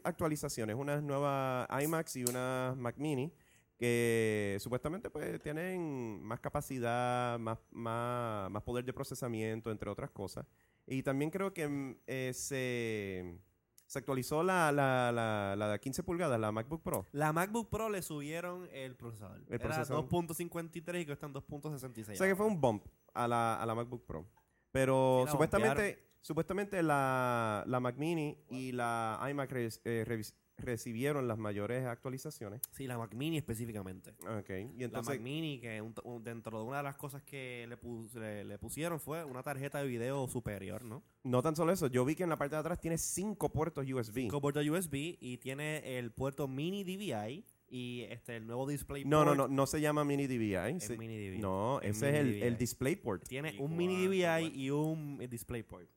Speaker 2: actualiz- Actualizaciones, unas nuevas iMacs y unas Mac Mini que supuestamente pues tienen más capacidad, más, más, más poder de procesamiento, entre otras cosas. Y también creo que mm, eh, se, se actualizó la, la, la, la de 15 pulgadas, la MacBook Pro.
Speaker 1: La MacBook Pro le subieron el procesador.
Speaker 2: El procesador.
Speaker 1: Era 2.53 y que están 2.66.
Speaker 2: O sea que fue un bump a la, a la MacBook Pro. Pero
Speaker 1: Sí, la
Speaker 2: supuestamente, supuestamente la, la Mac Mini y la iMac res- eh, revis- recibieron las mayores actualizaciones.
Speaker 1: Sí, la Mac Mini específicamente.
Speaker 2: Ok. Y
Speaker 1: la
Speaker 2: entonces,
Speaker 1: Mac Mini, que un- un- dentro de una de las cosas que le, pus- le- le pusieron fue una tarjeta de video superior, ¿no?
Speaker 2: no tan solo eso, yo vi que en la parte de atrás tiene cinco puertos USB.
Speaker 1: Con puerto USB y tiene el puerto mini DVI y este el nuevo display.
Speaker 2: no, no,
Speaker 1: port
Speaker 2: no, no se llama mini DVI.
Speaker 1: es
Speaker 2: se-
Speaker 1: mini DVI.
Speaker 2: No,
Speaker 1: Es
Speaker 2: ese es
Speaker 1: mini
Speaker 2: el, el
Speaker 1: DVI.
Speaker 2: DisplayPort.
Speaker 1: Tiene
Speaker 5: ¿Y
Speaker 1: un mini
Speaker 5: cuánto
Speaker 1: DVI
Speaker 5: cuesta?
Speaker 1: y un eh, DisplayPort.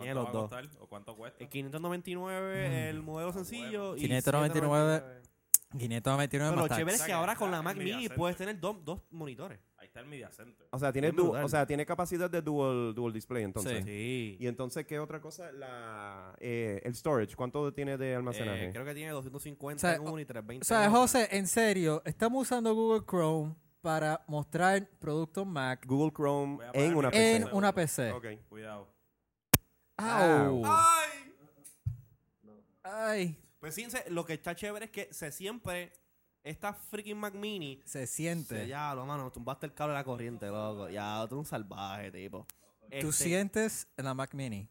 Speaker 1: Tiene
Speaker 5: ¿Cuánto
Speaker 1: los
Speaker 5: va a
Speaker 1: dos.
Speaker 5: costar o cuánto cuesta?
Speaker 1: El 599
Speaker 2: Mm.
Speaker 1: el modelo
Speaker 5: Está
Speaker 1: sencillo
Speaker 5: Ah, bueno.
Speaker 1: y
Speaker 3: 599
Speaker 1: 799.
Speaker 3: 529
Speaker 1: Pero lo
Speaker 3: más
Speaker 1: chévere es
Speaker 3: tax.
Speaker 5: tax.
Speaker 1: que ahora con la
Speaker 5: Está
Speaker 1: Mac
Speaker 5: en
Speaker 1: Mini
Speaker 5: Mediacenter.
Speaker 1: puedes tener dos, dos monitores.
Speaker 5: Ahí está el media center.
Speaker 2: O sea, tiene
Speaker 1: Es
Speaker 2: du-
Speaker 1: brutal.
Speaker 2: o sea, tiene capacidad de dual, dual display entonces.
Speaker 3: Sí.
Speaker 2: Y entonces, ¿qué otra cosa? La, eh, el storage, ¿cuánto tiene de almacenaje?
Speaker 1: Eh, creo que tiene 250
Speaker 3: O sea,
Speaker 1: en uno y
Speaker 3: O
Speaker 1: 320
Speaker 3: sea,
Speaker 1: en otro.
Speaker 3: José, en serio, estamos usando Google Chrome para mostrar productos Mac
Speaker 2: Google Chrome
Speaker 5: Voy a apagar
Speaker 2: en una
Speaker 5: mi
Speaker 2: PC.
Speaker 3: en una PC.
Speaker 2: Ok.
Speaker 5: Cuidado.
Speaker 3: ¡Au!
Speaker 1: ¡Ay!
Speaker 3: ¡Ay!
Speaker 1: Pues sí, se- lo que está chévere es que se siempre. Esta freaking Mac Mini.
Speaker 3: Se siente.
Speaker 1: se- Ya, lo mano, tumbaste el cable de la corriente, loco. Ya, tú eres un salvaje, tipo.
Speaker 3: Tú
Speaker 1: Este,
Speaker 3: sientes en la Mac Mini.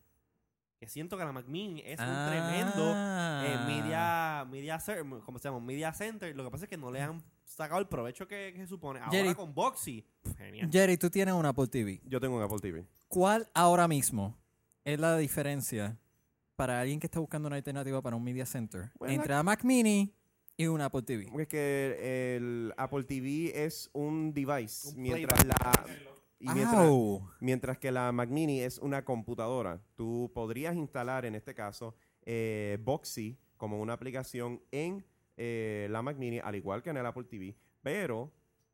Speaker 1: que siento que la Mac Mini es
Speaker 3: Ah.
Speaker 1: un tremendo eh, media, media, cer- ¿cómo se llama? media center. Lo que pasa es que no le han sacado el provecho que, que se supone. Ahora
Speaker 3: Jerry.
Speaker 1: con Boxy. pff, Genial.
Speaker 3: Jerry, tú tienes un Apple TV.
Speaker 2: Yo tengo un Apple TV.
Speaker 3: ¿Cuál ahora mismo es la diferencia para alguien que está buscando una alternativa para un media center
Speaker 2: Bueno,
Speaker 3: entre la Mac Mini y un Apple TV?
Speaker 2: Es que el Apple TV es un device.
Speaker 1: Un
Speaker 2: mientras la. y mientras,
Speaker 3: ¡Au!
Speaker 2: mientras que la Mac Mini es una computadora. Tú podrías instalar, en este caso, eh, Boxy como una aplicación en eh, la Mac Mini, al igual que en el Apple TV. Pero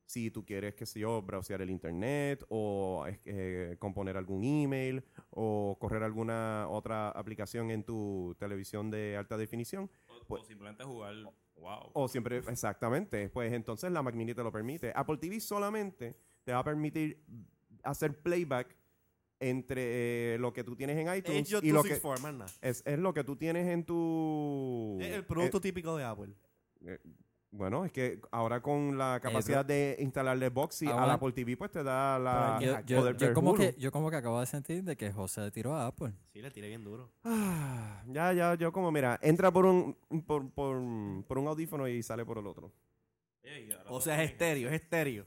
Speaker 2: si tú quieres, qué sé yo, browsear el internet o eh, componer algún email o correr alguna otra aplicación en tu televisión de alta definición,
Speaker 5: O,
Speaker 2: Pues-
Speaker 5: o simplemente jugar. Wow.
Speaker 2: O siempre, exactamente. Pues entonces la Mac Mini te lo permite. Apple TV solamente te va a permitir hacer playback entre eh, lo que tú tienes en iTunes
Speaker 1: Ellos
Speaker 2: y lo que
Speaker 1: 264, más nada.
Speaker 2: es, es lo que tú eh, tienes en tu
Speaker 1: Es el producto típico de Apple.
Speaker 2: eh, Bueno, es que ahora con la capacidad de instalarle Boxy a
Speaker 3: ahora-
Speaker 2: la Apple TV, pues te da la
Speaker 3: Yo, yo-
Speaker 2: poder
Speaker 3: yo
Speaker 2: ver
Speaker 3: como
Speaker 2: Hulu.
Speaker 3: que, yo como que acabo de sentir de que José le tiró a Apple.
Speaker 1: Sí, le tiré bien duro.
Speaker 2: Ah, ya, ya, yo como, mira, entra por un, por, por- por un audífono y sale por el otro.
Speaker 5: Ey, ahora
Speaker 1: O
Speaker 5: todo
Speaker 1: sea, es
Speaker 5: bien.
Speaker 1: estéreo, es estéreo.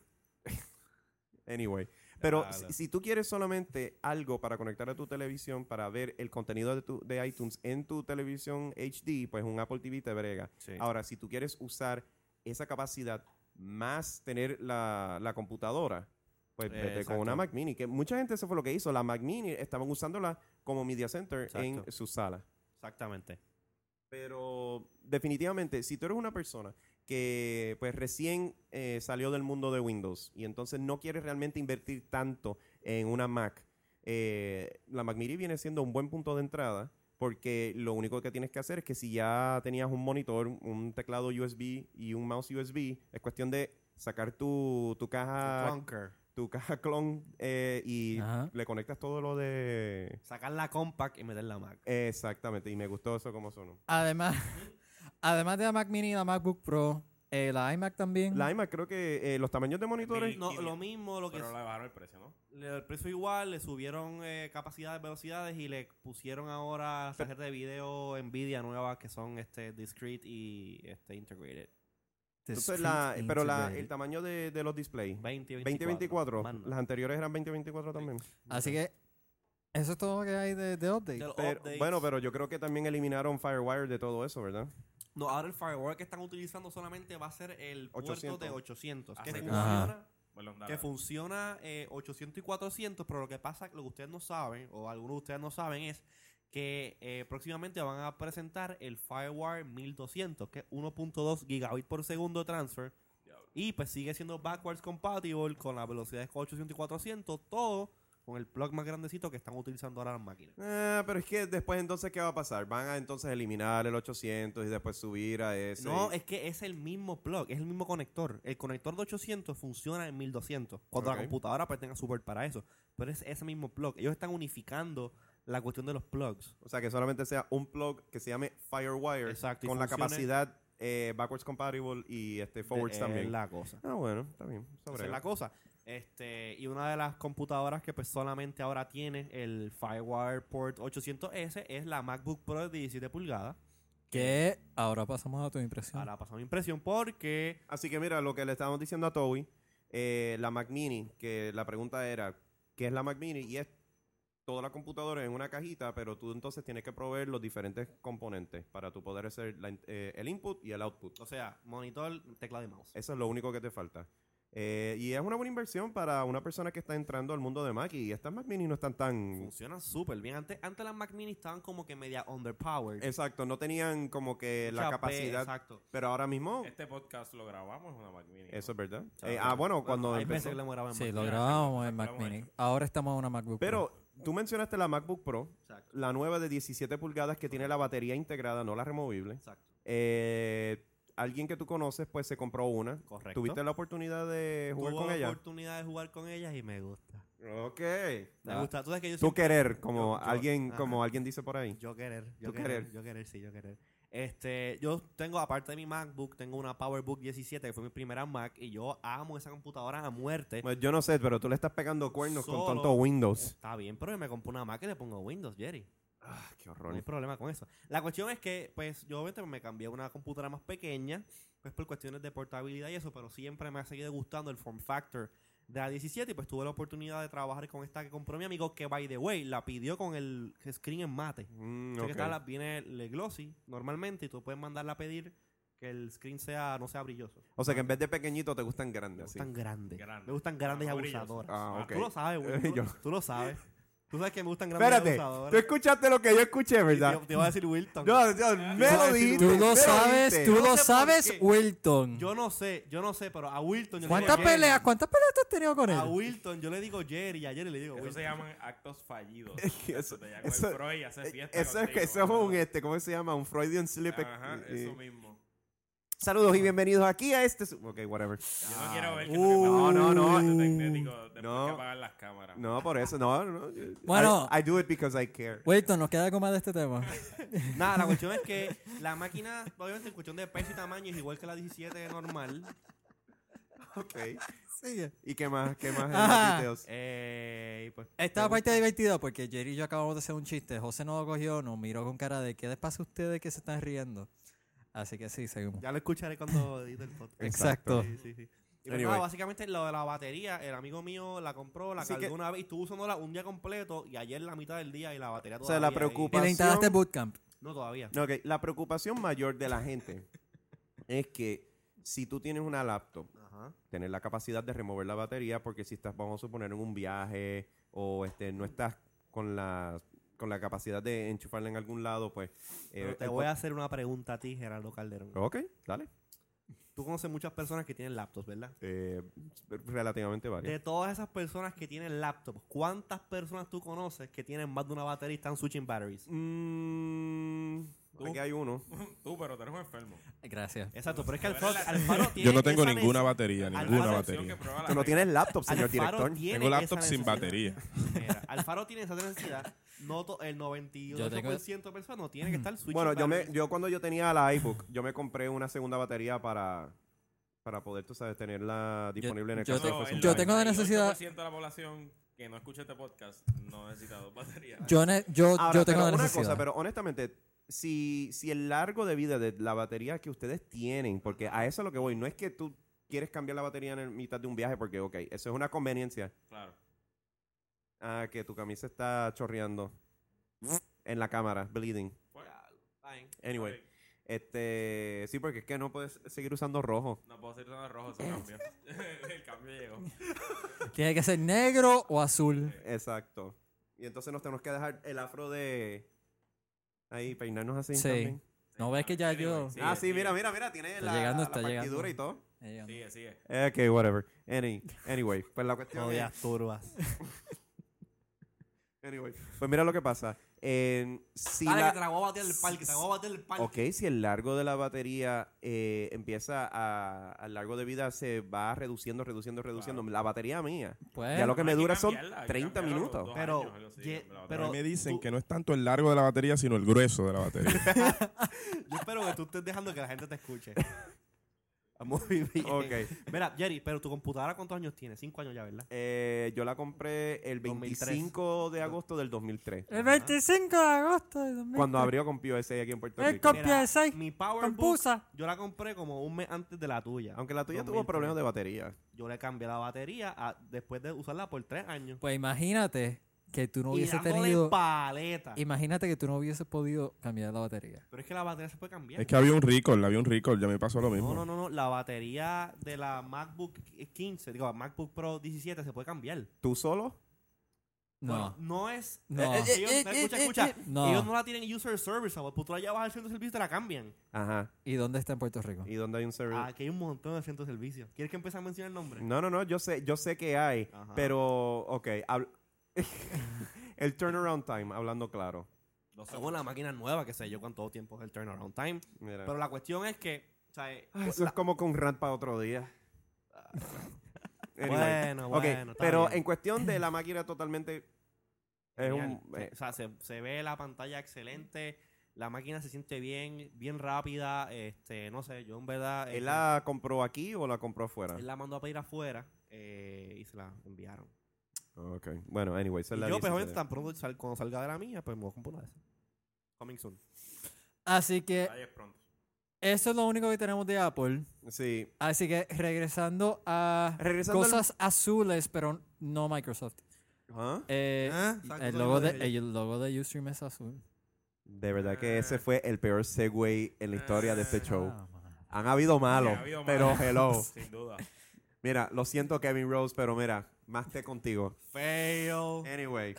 Speaker 2: Anyway. Pero
Speaker 5: Claro.
Speaker 2: si, si tú quieres solamente algo para conectar a tu televisión, para ver el contenido de, tu- de iTunes en tu televisión HD, pues un Apple TV te brega. Ahora, si tú quieres usar esa capacidad más tener la, la computadora, pues
Speaker 1: Eh,
Speaker 2: vete con
Speaker 1: exacto.
Speaker 2: una Mac Mini. Que mucha gente eso fue lo que hizo. La Mac Mini estaban usándola como media center en
Speaker 1: Exacto.
Speaker 2: su sala.
Speaker 1: Exactamente.
Speaker 2: Pero definitivamente, si tú eres una persona que pues recién eh, salió del mundo de Windows y entonces no quieres realmente invertir tanto en una Mac, eh, la Mac Mini viene siendo un buen punto de entrada porque lo único que tienes que hacer es que si ya tenías un monitor, un teclado USB y un mouse USB, es cuestión de sacar tu, tu
Speaker 1: Ah.
Speaker 2: caja
Speaker 1: Clunker.
Speaker 2: tu caja clon eh, y
Speaker 3: Ajá.
Speaker 2: le conectas todo lo de...
Speaker 1: Sacar la compact y meter la Mac.
Speaker 2: Exactamente, y me gustó eso como sonó.
Speaker 3: Además, además de la Mac Mini y la MacBook Pro, eh, la iMac también.
Speaker 2: La iMac creo que eh, los tamaños de monitores
Speaker 5: Mil-
Speaker 1: No,
Speaker 5: 500.
Speaker 1: lo mismo, lo que
Speaker 5: Pero le bajaron el precio, ¿no?
Speaker 1: le- el precio igual, le subieron eh, capacidades, velocidades y le pusieron ahora tarjetas de video Nvidia nuevas que son este discrete y este integrated.
Speaker 2: Entonces, la- eh,
Speaker 3: Discrete
Speaker 2: pero la-
Speaker 3: integrated.
Speaker 2: el tamaño de, de los displays.
Speaker 1: 20
Speaker 2: 2024.
Speaker 1: 24. Más nada.
Speaker 2: Las anteriores eran 2024 también.
Speaker 3: Así que eso es todo lo que hay de, de update.
Speaker 1: De los
Speaker 2: Pero-
Speaker 1: updates.
Speaker 2: bueno, pero yo creo que también eliminaron Firewire de todo eso, ¿verdad?
Speaker 1: No, ahora el firewall que están utilizando solamente va a ser el puerto
Speaker 2: 800.
Speaker 1: de 800. Que
Speaker 5: Así que-
Speaker 1: funciona,
Speaker 5: Perdón, dale,
Speaker 1: que
Speaker 5: dale.
Speaker 1: funciona eh, 800 y 400, pero lo que pasa, lo que ustedes no saben, o algunos de ustedes no saben, es que eh, próximamente van a presentar el Firewire 1200, que es 1.2 gigabit por segundo de transfer.
Speaker 5: Diablo.
Speaker 1: Y pues sigue siendo backwards compatible con las velocidades 800 y 400, todo con el plug más grandecito que están utilizando ahora las máquinas.
Speaker 2: Ah, pero es que después entonces, ¿qué va a pasar? Van a entonces eliminar el 800 y después subir a ese.
Speaker 1: No, es que es el mismo plug, es el mismo conector. El conector de 800 funciona en 1200, cuando
Speaker 2: Ok.
Speaker 1: la computadora pues tenga support para eso. Pero es ese mismo plug. Ellos están unificando la cuestión de los plugs.
Speaker 2: O sea, que solamente sea un plug que se llame Firewire
Speaker 1: Exacto, y
Speaker 2: con la
Speaker 1: funcione-
Speaker 2: capacidad eh, backwards compatible y este forwards
Speaker 1: Eh,
Speaker 2: también.
Speaker 1: la cosa.
Speaker 2: Ah, bueno, está bien.
Speaker 1: Esa
Speaker 2: Sobre
Speaker 1: es la cosa. Este, y una de las computadoras que pues solamente ahora tiene el Firewire Port 800S es la MacBook Pro de 17 pulgadas.
Speaker 3: Que ahora pasamos a tu impresión.
Speaker 1: Ahora pasó mi impresión porque
Speaker 2: Así que mira, lo que le estábamos diciendo a Toby, eh, la Mac Mini, que la pregunta era, ¿qué es la Mac Mini? Y es toda la computadora en una cajita, pero tú entonces tienes que proveer los diferentes componentes para tú poder hacer la in- eh, el input y el output.
Speaker 1: o sea, monitor, tecla de mouse.
Speaker 2: Eso es lo único que te falta. Eh, y es una buena inversión para una persona que está entrando al mundo de Mac y estas Mac Mini no están tan...
Speaker 1: Funcionan súper bien. Antes, antes las Mac Mini estaban como que media underpowered.
Speaker 2: Exacto, no tenían como que la
Speaker 1: Mucha P,
Speaker 2: capacidad,
Speaker 1: pues, Exacto.
Speaker 2: pero ahora mismo...
Speaker 5: Este podcast lo grabamos en una Mac Mini.
Speaker 2: Eso es
Speaker 5: ¿no?
Speaker 2: verdad.
Speaker 1: Exacto.
Speaker 2: Eh, ah, bueno,
Speaker 1: Bueno,
Speaker 2: cuando
Speaker 1: hay
Speaker 2: empezó...
Speaker 1: veces que le moraba en
Speaker 3: sí,
Speaker 1: Mac.
Speaker 3: lo
Speaker 5: Ya,
Speaker 3: grabamos
Speaker 5: ya,
Speaker 3: en Mac
Speaker 5: grabamos
Speaker 3: Mini.
Speaker 5: ahí.
Speaker 3: Ahora estamos en una MacBook Pro.
Speaker 2: Pero tú mencionaste la MacBook Pro,
Speaker 1: Exacto.
Speaker 2: la nueva de 17 pulgadas que tiene la batería integrada, no la removible.
Speaker 1: Exacto.
Speaker 2: Eh, alguien que tú conoces, pues se compró una.
Speaker 1: Correcto.
Speaker 2: ¿Tuviste la oportunidad de jugar
Speaker 1: Tuve
Speaker 2: con
Speaker 1: la
Speaker 2: ella?
Speaker 1: oportunidad de jugar con ellas y me gusta.
Speaker 2: Ok.
Speaker 1: Me
Speaker 3: Ah.
Speaker 1: gusta. Tú sabes que yo
Speaker 2: Tú
Speaker 1: siempre-
Speaker 2: querer, como
Speaker 1: Yo- yo-
Speaker 2: alguien,
Speaker 1: ajá.
Speaker 2: como alguien dice por ahí.
Speaker 1: Yo querer. Yo
Speaker 2: Tú
Speaker 1: querer,
Speaker 2: querer.
Speaker 1: Yo querer, sí, yo querer. Este, yo tengo, aparte de mi MacBook, tengo una PowerBook 17, que fue mi primera Mac, y yo amo esa computadora a muerte.
Speaker 2: Bueno, Pues, yo no sé, pero tú le estás pegando cuernos con
Speaker 1: Solo.
Speaker 2: tanto Windows.
Speaker 1: Está bien, pero yo me compro una Mac y le pongo Windows, Jerry.
Speaker 2: Ah, qué
Speaker 1: No hay
Speaker 2: horror.
Speaker 1: problema con eso. La cuestión es que, pues, yo obviamente me cambié a una computadora más pequeña, pues por cuestiones de portabilidad y eso, pero siempre me ha seguido gustando el form factor de la 17 y pues tuve la oportunidad de trabajar con esta que compró mi amigo, que by the way, la pidió con el screen en mate.
Speaker 2: Mm,
Speaker 1: Sé que
Speaker 2: ok.
Speaker 1: está la- viene el glossy normalmente y tú puedes mandarla a pedir que el screen sea no sea brilloso.
Speaker 2: O sea que en vez de pequeñito te gustan
Speaker 1: Me
Speaker 2: grandes. así.
Speaker 1: gustan grandes.
Speaker 5: Grande.
Speaker 1: Me gustan grandes y
Speaker 5: Ah, no brilloso.
Speaker 1: abusadoras.
Speaker 2: Ah, ok.
Speaker 1: Tú lo sabes, güey. Tú,
Speaker 2: Yo-
Speaker 1: tú lo sabes. Tú sabes que me gustan grandes y
Speaker 2: Espérate,
Speaker 1: abusadoras.
Speaker 2: tú escuchaste lo que yo escuché, ¿verdad?
Speaker 1: Te, te iba a decir Wilton.
Speaker 2: No, no, me lo dijiste.
Speaker 3: Tú
Speaker 2: me
Speaker 3: lo sabes,
Speaker 2: dijiste.
Speaker 3: tú
Speaker 1: No sé
Speaker 3: lo
Speaker 1: por
Speaker 3: sabes,
Speaker 1: qué.
Speaker 3: Wilton.
Speaker 1: Yo no sé, yo no sé, pero a Wilton yo le
Speaker 3: ¿Cuántas
Speaker 1: digo Jerry.
Speaker 3: peleas, cuántas peleas tú has tenido con
Speaker 1: A
Speaker 3: él?
Speaker 1: Wilton yo le digo Jerry, a Jerry le digo
Speaker 5: Eso
Speaker 1: Wilton.
Speaker 5: se llaman actos fallidos.
Speaker 2: Eso-
Speaker 5: Te llaman
Speaker 2: eso-
Speaker 5: el pro y haces
Speaker 2: Eh,
Speaker 5: fiesta
Speaker 2: Eso es que
Speaker 5: contigo,
Speaker 2: eso es
Speaker 5: ¿no?
Speaker 2: un este, ¿cómo se llama? Un Freudian slip.
Speaker 5: Ajá,
Speaker 2: eh,
Speaker 5: eso mismo.
Speaker 2: Saludos y bienvenidos aquí a este... su- Ok, whatever.
Speaker 5: Yo no quiero ver que
Speaker 2: Uh, no, no, no. No.
Speaker 5: no. que apagar las cámaras.
Speaker 2: No, por eso, no. no.
Speaker 3: Bueno.
Speaker 2: I, I do it because I care.
Speaker 3: Wilton, nos queda algo más de este tema.
Speaker 1: Nada, la cuestión es que la máquina, obviamente en cuestión de peso y tamaño, es igual que la 17 normal.
Speaker 2: Ok.
Speaker 3: Sigue.
Speaker 2: ¿Y qué más? ¿Qué más? en
Speaker 3: Ajá.
Speaker 2: los details?
Speaker 1: Eh, y pues,
Speaker 3: Esta parte divertida porque Jerry y yo acabamos de hacer un chiste. José no lo cogió, nos miró con cara de ¿qué les pasa a ustedes que se están riendo? Así que sí, seguimos.
Speaker 1: ya lo escucharé cuando edite el podcast.
Speaker 3: Exacto.
Speaker 1: Sí, sí, sí. Y pues
Speaker 2: Anyway.
Speaker 1: nada, básicamente lo de la batería, el amigo mío la compró, la
Speaker 2: Así
Speaker 1: cargó
Speaker 2: que-
Speaker 1: una vez y estuvo usándola un día completo y ayer la mitad del día y la batería
Speaker 2: O
Speaker 1: todavía.
Speaker 2: sea, la
Speaker 1: ahí.
Speaker 2: preocupa-
Speaker 3: Y le instalaste
Speaker 2: pasión.
Speaker 3: Bootcamp.
Speaker 1: No, todavía.
Speaker 2: Ok, la preocupación mayor de la gente es que si tú tienes una laptop,
Speaker 1: Ajá.
Speaker 2: tener la capacidad de remover la batería, porque si estás, vamos a suponer, en un viaje o este no estás con la, con la capacidad de enchufarla en algún lado, pues... eh,
Speaker 1: Pero te
Speaker 2: el- Oh.
Speaker 1: voy a hacer una pregunta a ti, Gerardo Calderón.
Speaker 2: Ok, dale.
Speaker 1: Tú conoces muchas personas que tienen laptops, ¿verdad?
Speaker 2: Eh, relativamente varias.
Speaker 1: De todas esas personas que tienen laptops, ¿cuántas personas tú conoces que tienen más de una batería y están switching batteries?
Speaker 2: Mm,
Speaker 5: ¿Tú?
Speaker 2: aquí hay uno.
Speaker 5: Tú, pero tú eres un enfermo.
Speaker 3: Gracias.
Speaker 1: Exacto, pero es que
Speaker 5: Pero es
Speaker 1: Alfaro,
Speaker 5: la-
Speaker 1: Alfaro tiene
Speaker 4: Yo no tengo
Speaker 1: esa
Speaker 4: ninguna
Speaker 1: nece-
Speaker 4: batería,
Speaker 1: Alfaro,
Speaker 4: ninguna
Speaker 1: la
Speaker 5: Opción que
Speaker 4: batería.
Speaker 5: prueba la
Speaker 2: Tú no
Speaker 5: regla.
Speaker 2: tienes laptop, señor
Speaker 1: Ah, Alfaro
Speaker 2: director.
Speaker 1: tiene
Speaker 4: Tengo laptop
Speaker 1: esa
Speaker 4: sin
Speaker 1: necesidad.
Speaker 4: batería.
Speaker 1: Mira, Alfaro tiene esa necesidad. No to- el 98% de personas no tiene que estar switching
Speaker 2: Bueno, yo, me,
Speaker 1: batteries.
Speaker 2: yo cuando yo tenía la iBook, yo me compré una segunda batería para, para poder, tú sabes, tenerla disponible en el
Speaker 3: yo
Speaker 2: caso de
Speaker 3: te-
Speaker 2: que fuese un
Speaker 3: yo
Speaker 2: problema.
Speaker 3: tengo la
Speaker 5: 98%
Speaker 3: necesidad-
Speaker 5: de la población que no escucha este podcast no necesita dos baterías.
Speaker 3: Yo, ne- yo,
Speaker 2: Ahora,
Speaker 3: yo tengo
Speaker 2: pero
Speaker 3: la
Speaker 2: una
Speaker 3: necesidad.
Speaker 2: cosa, pero honestamente, si, si el largo de vida de la batería que ustedes tienen, porque a eso es lo que voy, no es que tú quieres cambiar la batería en el mitad de un viaje, porque, ok, eso es una conveniencia.
Speaker 5: Claro.
Speaker 2: Ah, que tu camisa está chorreando en la cámara, bleeding.
Speaker 5: Bueno, está bien.
Speaker 2: Anyway.
Speaker 5: Ok.
Speaker 2: Este, sí, porque es que no puedes seguir usando rojo.
Speaker 5: No puedo seguir usando el rojo, se cambió. el cambio llegó.
Speaker 3: Tiene que ser negro o azul.
Speaker 2: Exacto. Y entonces nos tenemos que dejar el afro de... Ahí, peinarnos así
Speaker 3: Sí.
Speaker 2: también.
Speaker 3: No ves que ya yo-
Speaker 5: sigue,
Speaker 2: ah, sí,
Speaker 5: sigue.
Speaker 2: mira, mira, mira, tiene
Speaker 3: Está
Speaker 2: la,
Speaker 3: llegando,
Speaker 2: la
Speaker 3: está llegando.
Speaker 2: partidura y todo.
Speaker 3: Ahí anda.
Speaker 5: Sigue, sigue.
Speaker 2: Eh, Ok, whatever. Any, anyway, pues la cuestión es...
Speaker 1: Jodidas turbas.
Speaker 2: Anyway, pues mira lo que pasa. En- si
Speaker 1: Dale,
Speaker 2: la-
Speaker 1: que te la voy a batear el parque, te la voy a batear el parque.
Speaker 2: ok, si el largo de la batería eh, empieza a, al largo de vida se va reduciendo, reduciendo, reduciendo. La batería mía,
Speaker 3: Pues,
Speaker 2: ya lo que me
Speaker 5: Hay
Speaker 2: dura son
Speaker 5: cambiarla, hay que
Speaker 2: 30
Speaker 5: cambiarla los
Speaker 2: minutos.
Speaker 5: dos
Speaker 1: Pero,
Speaker 5: años, algo así,
Speaker 1: ye-
Speaker 5: la batería.
Speaker 4: A mí
Speaker 1: pero-
Speaker 4: me dicen
Speaker 1: tú-
Speaker 4: que no es tanto el largo de la batería, sino el grueso de la batería.
Speaker 1: Yo espero que tú estés dejando que la gente te escuche.
Speaker 2: Muy bien. Ok.
Speaker 1: Mira, Jerry, pero tu computadora ¿cuántos años tiene? Cinco años ya, ¿verdad?
Speaker 2: Eh, yo la compré el
Speaker 1: 2003.
Speaker 2: 25 de agosto del 2003.
Speaker 3: el 25 de agosto de 2000.
Speaker 2: Cuando abrió con POS aquí en Puerto
Speaker 3: El
Speaker 2: Rico.
Speaker 3: comp- Copia de seis,
Speaker 1: mi PowerBook,
Speaker 3: Compusa.
Speaker 1: yo la compré como un mes antes de la tuya.
Speaker 2: Aunque la tuya tuvo
Speaker 1: 2003.
Speaker 2: problemas de batería.
Speaker 1: Yo le cambié la batería a- después de usarla por tres años.
Speaker 3: Pues imagínate que tú no
Speaker 1: y
Speaker 3: hubieses
Speaker 1: dándole
Speaker 3: tenido.
Speaker 1: paleta.
Speaker 3: Imagínate que tú no hubieses podido cambiar la batería.
Speaker 1: Pero es que la batería se puede cambiar.
Speaker 4: es que había un record, había un record, ya me pasó lo mismo.
Speaker 1: no, no, no, no. La batería de la MacBook 15, digo, MacBook Pro 17 se puede cambiar.
Speaker 2: ¿Tú solo?
Speaker 1: Bueno,
Speaker 3: No.
Speaker 1: no es.
Speaker 3: No.
Speaker 1: eh, eh, ellos- escucha, escucha.
Speaker 3: No.
Speaker 1: Ellos no la tienen en user service. Pues tú la llevas al centro de servicio y te la cambian.
Speaker 2: Ajá.
Speaker 3: ¿Y dónde está en Puerto Rico?
Speaker 2: ¿Y dónde hay un servidor?
Speaker 1: Aquí hay un montón de centros de servicio. ¿Quieres que empiece a mencionar el nombre?
Speaker 2: No, no, no, yo sé, yo sé que hay,
Speaker 1: Ajá.
Speaker 2: pero, ok, habl- el turnaround time, hablando claro.
Speaker 5: Dos
Speaker 1: Según la máquina nueva, que sé yo cuánto tiempo es el turnaround time.
Speaker 2: Mira.
Speaker 1: Pero la cuestión es que, o sea, eh,
Speaker 2: Ay, eso es como con rant para otro día.
Speaker 1: Bueno,
Speaker 2: Ok,
Speaker 1: bueno, está
Speaker 2: pero
Speaker 1: bien.
Speaker 2: en cuestión de la máquina totalmente... Es
Speaker 1: Genial.
Speaker 2: un... eh,
Speaker 1: o sea, se, se ve la pantalla excelente, la máquina se siente bien, bien rápida, este, no sé, yo en verdad... eh,
Speaker 2: ¿Él la compró aquí o la compró afuera?
Speaker 1: él la mandó a pedir afuera eh, y se la enviaron.
Speaker 2: Ok, bueno, anyway, esa es
Speaker 1: Y
Speaker 2: la
Speaker 1: yo,
Speaker 2: 17.
Speaker 1: pero tan pronto sal- cuando salga de la mía, pues me voy a comprar una de esas. Coming soon.
Speaker 3: Así que
Speaker 5: detalles pronto.
Speaker 3: eso es lo único que tenemos de Apple.
Speaker 2: Sí,
Speaker 3: Así que regresando a
Speaker 2: Regresando al-
Speaker 3: cosas azules, pero no Microsoft.
Speaker 2: ¿Ah?
Speaker 3: Eh,
Speaker 1: Ah, exacto,
Speaker 3: el,
Speaker 1: eso
Speaker 3: logo
Speaker 1: mismo
Speaker 3: de,
Speaker 1: dije yo.
Speaker 3: el logo de Ustream es azul.
Speaker 2: de verdad que
Speaker 1: Ah.
Speaker 2: ese fue el peor segue en la historia de este show.
Speaker 3: Ah, man.
Speaker 2: Han habido malos,
Speaker 5: Ha habido
Speaker 2: pero
Speaker 5: malos,
Speaker 2: hello.
Speaker 5: Sin duda.
Speaker 2: Mira, lo siento Kevin Rose, pero mira, más te contigo.
Speaker 1: Fail.
Speaker 2: Anyway.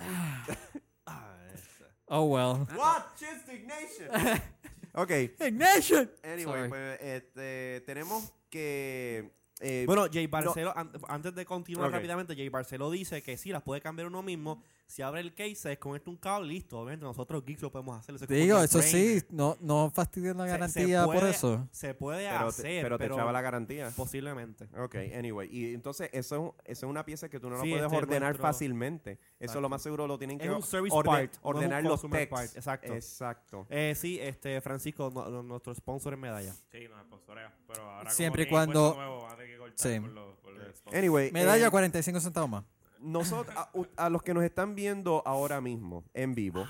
Speaker 3: Oh, well.
Speaker 2: Watch indignation. ok,
Speaker 3: Ignition.
Speaker 2: anyway,
Speaker 3: Sorry.
Speaker 2: pues este, tenemos que eh,
Speaker 1: Bueno, Jay Barcelo, an- antes de continuar
Speaker 4: Ok.
Speaker 1: rápidamente, Jay Barcelo dice que sí, las puede cambiar uno mismo. Si abre el case, se desconecta un cable, listo. Obviamente, nosotros geeks lo podemos hacer. eso es como
Speaker 3: Digo,
Speaker 1: un
Speaker 3: eso sí,
Speaker 1: brain.
Speaker 3: no, no fastidien la
Speaker 1: Se- se
Speaker 3: garantía por
Speaker 1: puede-
Speaker 3: eso.
Speaker 1: Se puede
Speaker 2: pero, te,
Speaker 1: hacer,
Speaker 2: pero
Speaker 1: pero,
Speaker 2: te echaba la garantía.
Speaker 1: posiblemente.
Speaker 2: Ok, anyway. Y entonces, eso es, un- eso es una pieza que tú no la
Speaker 1: Sí,
Speaker 2: puedes
Speaker 1: este es
Speaker 2: ordenar
Speaker 1: nuestro-
Speaker 2: fácilmente. Eso lo más seguro lo tienen
Speaker 1: Es
Speaker 2: que
Speaker 1: un service
Speaker 2: orde-
Speaker 1: part, no es un
Speaker 2: ordenar los
Speaker 1: consumer
Speaker 2: techs.
Speaker 1: part, exacto.
Speaker 2: Exacto.
Speaker 1: Eh, sí, este, Francisco, no- no- nuestro sponsor en medalla.
Speaker 5: Sí, nos sponsorea. Pero ahora como
Speaker 3: Siempre y
Speaker 5: que hay
Speaker 3: cuando-
Speaker 5: impuestos nuevos, van a tener que cortar
Speaker 3: Sí.
Speaker 5: por los- por los sponsors.
Speaker 2: Anyway.
Speaker 3: Medalla
Speaker 2: eh,
Speaker 3: 45 centavos más.
Speaker 2: Nosotros, a, u- a los que nos están viendo ahora mismo en vivo,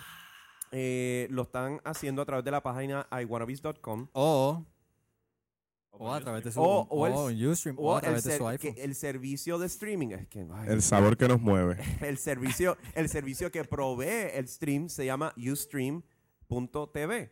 Speaker 2: eh, lo están haciendo a través de la página iwannabes.com
Speaker 3: O,
Speaker 5: O
Speaker 3: o a
Speaker 5: por
Speaker 3: través de su
Speaker 2: O- Oh, o el-
Speaker 3: o en Ustream, o,
Speaker 2: o
Speaker 3: a
Speaker 2: el,
Speaker 3: través de su
Speaker 2: ser-
Speaker 3: iPhone.
Speaker 2: que- el servicio de streaming. Es que, ay,
Speaker 4: El sabor que nos mueve.
Speaker 2: el, servicio, el servicio que provee el stream se llama ustream.tv.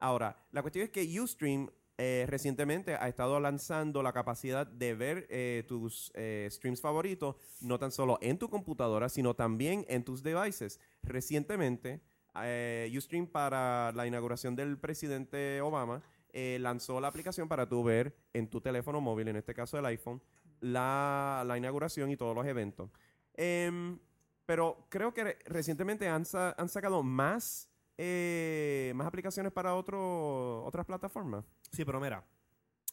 Speaker 2: Ahora, la cuestión es que Ustream eh, recientemente ha estado lanzando la capacidad de ver eh, tus eh, streams favoritos, no tan solo en tu computadora, sino también en tus devices. Recientemente, eh, Ustream para la inauguración del presidente Obama eh, lanzó la aplicación para tú ver en tu teléfono móvil, en este caso el iPhone, la, la inauguración y todos los eventos. Em, pero creo que re- recientemente han, sa- han sacado más, eh, más aplicaciones para otro, otras plataformas.
Speaker 1: Sí, pero mira,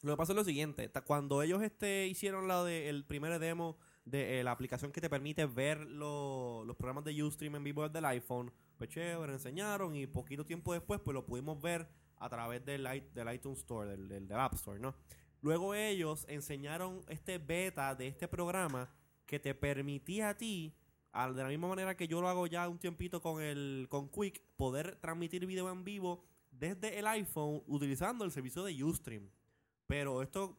Speaker 1: lo que pasa es lo siguiente. ta- Cuando ellos este, hicieron la de, el primer demo de eh, la aplicación que te permite ver lo- los programas de Ustream en vivo desde el iPhone, pues chévere, enseñaron y poquito tiempo después pues lo pudimos ver a través del, i- del iTunes Store, del, del- del App Store, ¿no? Luego ellos enseñaron este beta de este programa que te permitía a ti, al- de la misma manera que yo lo hago ya un tiempito con el con Quick, poder transmitir video en vivo desde el iPhone utilizando el servicio de Ustream. Pero esto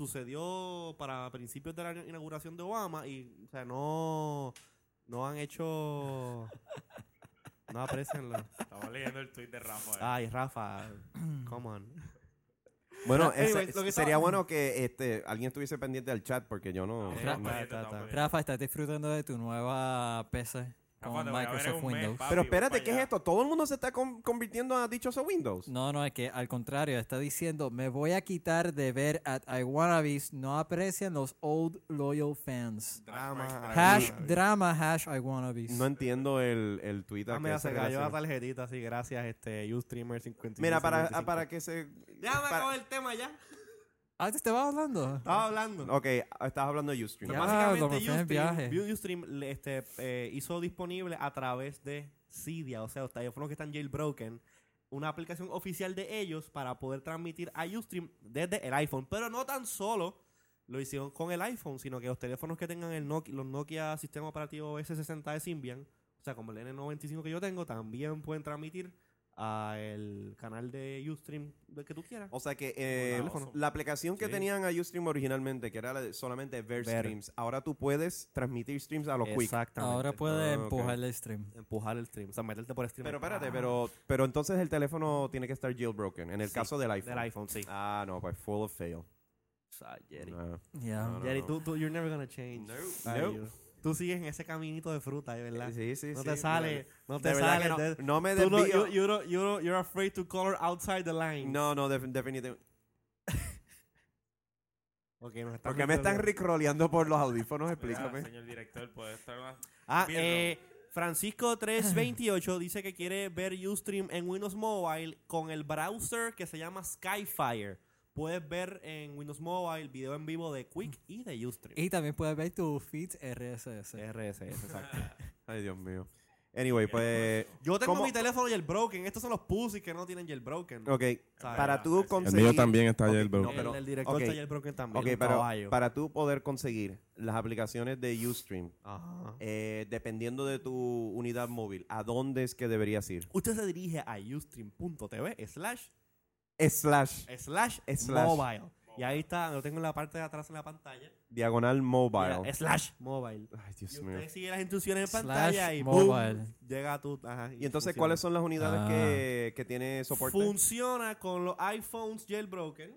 Speaker 1: sucedió para principios de la inauguración de Obama y, o sea, no, no han hecho... No aprecienlo.
Speaker 5: Estaba leyendo el tweet de eh. Rafael.
Speaker 2: Ah,
Speaker 1: Ay, Rafa, come on.
Speaker 2: Bueno,
Speaker 1: Anyway,
Speaker 2: ese-
Speaker 1: lo que estaba-
Speaker 2: sería bueno que este, alguien estuviese pendiente al chat porque yo no...
Speaker 5: Estamos
Speaker 1: Eh, Rafa,
Speaker 5: pendientes,
Speaker 1: ta, ta.
Speaker 5: estamos
Speaker 2: eh,
Speaker 5: pendientes.
Speaker 3: Rafa, estás disfrutando de tu nueva PC
Speaker 5: Rafa,
Speaker 3: con
Speaker 5: te voy a ver en
Speaker 3: Microsoft
Speaker 5: un mes,
Speaker 3: Windows.
Speaker 5: papi.
Speaker 2: Pero
Speaker 5: voy
Speaker 2: espérate,
Speaker 5: para
Speaker 2: ¿qué es
Speaker 5: allá.
Speaker 2: esto? ¿Todo el mundo se está con- convirtiendo a dichoso Windows?
Speaker 3: No, no, es que al contrario, está diciendo, me voy a quitar de ver at Iwannabes, no aprecian los old loyal fans.
Speaker 1: Drama,
Speaker 3: Hash
Speaker 1: Iwannabes.
Speaker 3: drama, hash Iwannabes.
Speaker 2: No entiendo el, el tweet. a
Speaker 1: Ah,
Speaker 2: que
Speaker 1: mira,
Speaker 2: se
Speaker 1: se cayó la
Speaker 2: relaciona.
Speaker 1: tarjetita, sí, gracias, este, Ustreamer 55.
Speaker 2: Mira, para, ah, para que se...
Speaker 1: Ya me
Speaker 2: para-
Speaker 1: acabó el tema ya.
Speaker 3: Ah, ¿te estabas hablando?
Speaker 1: Estaba hablando.
Speaker 2: Ok, estabas hablando de Ustream.
Speaker 3: Ya, lo
Speaker 1: Básicamente,
Speaker 3: metí en
Speaker 1: Ustream,
Speaker 3: viaje.
Speaker 1: View Ustream, le- este, eh, hizo disponible a través de Cydia, o sea, los teléfonos que están jailbroken, una aplicación oficial de ellos para poder transmitir a Ustream desde el iPhone. Pero no tan solo lo hicieron con el iPhone, sino que los teléfonos que tengan el Nokia, los Nokia sistema operativo S60 de Symbian, o sea, como el N95 que yo tengo, también pueden transmitir al canal de Ustream del que tú quieras.
Speaker 2: O sea que eh,
Speaker 1: Con teléfono.
Speaker 2: la aplicación que
Speaker 1: Sí.
Speaker 2: tenían a Ustream originalmente, que era la de- solamente ver,
Speaker 1: Ver.
Speaker 2: streams, ahora tú puedes transmitir streams a los quick.
Speaker 1: Exactamente.
Speaker 3: Ahora puede
Speaker 2: Ah, ok.
Speaker 3: empujar el stream.
Speaker 1: empujar el stream, o sea, meterte por stream. Ah.
Speaker 2: Pero espérate, pero, pero entonces el teléfono tiene que estar jailbroken, en el
Speaker 1: Sí,
Speaker 2: caso del iPhone.
Speaker 1: del iPhone, sí.
Speaker 2: Ah, no, pues full of fail. Ah.
Speaker 3: Ya.
Speaker 2: No, no,
Speaker 1: Jerry,
Speaker 2: no.
Speaker 1: tú, tú- you're never gonna change.
Speaker 2: No.
Speaker 1: Ay,
Speaker 2: No.
Speaker 1: Dios. Tú sigues en ese caminito de fruta, de verdad.
Speaker 2: Sí, sí,
Speaker 1: no
Speaker 2: sí,
Speaker 1: te sale,
Speaker 2: de-
Speaker 1: no
Speaker 2: de
Speaker 1: te
Speaker 2: verdad
Speaker 1: sale.
Speaker 2: que no.
Speaker 1: de-
Speaker 2: No me
Speaker 1: tú no-
Speaker 2: desvío.
Speaker 1: you- you don't- you don't- you're afraid to color outside the line.
Speaker 2: No, no, def- definitivamente.
Speaker 1: Ok, nos están
Speaker 2: ¿Por qué me están
Speaker 1: riendo.
Speaker 2: ricroleando por los audífonos?
Speaker 5: Mira,
Speaker 2: Explícame.
Speaker 5: señor director, puede estar más.
Speaker 1: Ah,
Speaker 5: Virgo.
Speaker 1: eh, Francisco 328 dice que quiere ver Ustream en Windows Mobile con el browser que se llama Skyfire. Puedes ver en Windows Mobile video en vivo de Quick y de Ustream.
Speaker 3: Y también puedes ver tu feed RSS.
Speaker 2: Eh,
Speaker 1: RSS, exacto.
Speaker 2: Ay, Dios mío. Anyway, pues.
Speaker 1: Yo tengo
Speaker 2: ¿Cómo?
Speaker 1: mi teléfono y el broken. Estos son los pussies que no tienen jailbroken.
Speaker 2: Ok,
Speaker 1: pues. Sabe,
Speaker 2: para
Speaker 5: ah,
Speaker 2: tú
Speaker 5: sí.
Speaker 4: El
Speaker 2: conseguir.
Speaker 4: mío también está
Speaker 2: Ok,
Speaker 4: ayer, bro.
Speaker 2: no,
Speaker 1: El-
Speaker 2: pero-
Speaker 1: el, director
Speaker 2: ok.
Speaker 1: está jailbroken también.
Speaker 2: Ok,
Speaker 1: un
Speaker 2: pero
Speaker 1: caballo.
Speaker 2: para tú poder conseguir las aplicaciones de Ustream,
Speaker 1: Ajá.
Speaker 2: eh, dependiendo de tu unidad móvil, ¿a dónde es que deberías ir?
Speaker 1: Usted se dirige a ustream.tv slash,
Speaker 2: Slash,
Speaker 1: slash,
Speaker 2: Slash.
Speaker 1: mobile. Y ahí está, lo tengo en la parte de atrás en la pantalla.
Speaker 2: diagonal mobile.
Speaker 1: Mira, slash mobile.
Speaker 2: Ay,
Speaker 1: Y
Speaker 2: Dios mío.
Speaker 1: usted sigue las instrucciones en
Speaker 3: Slash
Speaker 1: pantalla y
Speaker 3: mobile.
Speaker 1: boom, llega a tu... Ajá,
Speaker 2: Y entonces, ¿cuáles son las unidades
Speaker 3: Ah.
Speaker 2: que, que tiene soporte?
Speaker 1: Funciona con los iPhones jailbroken.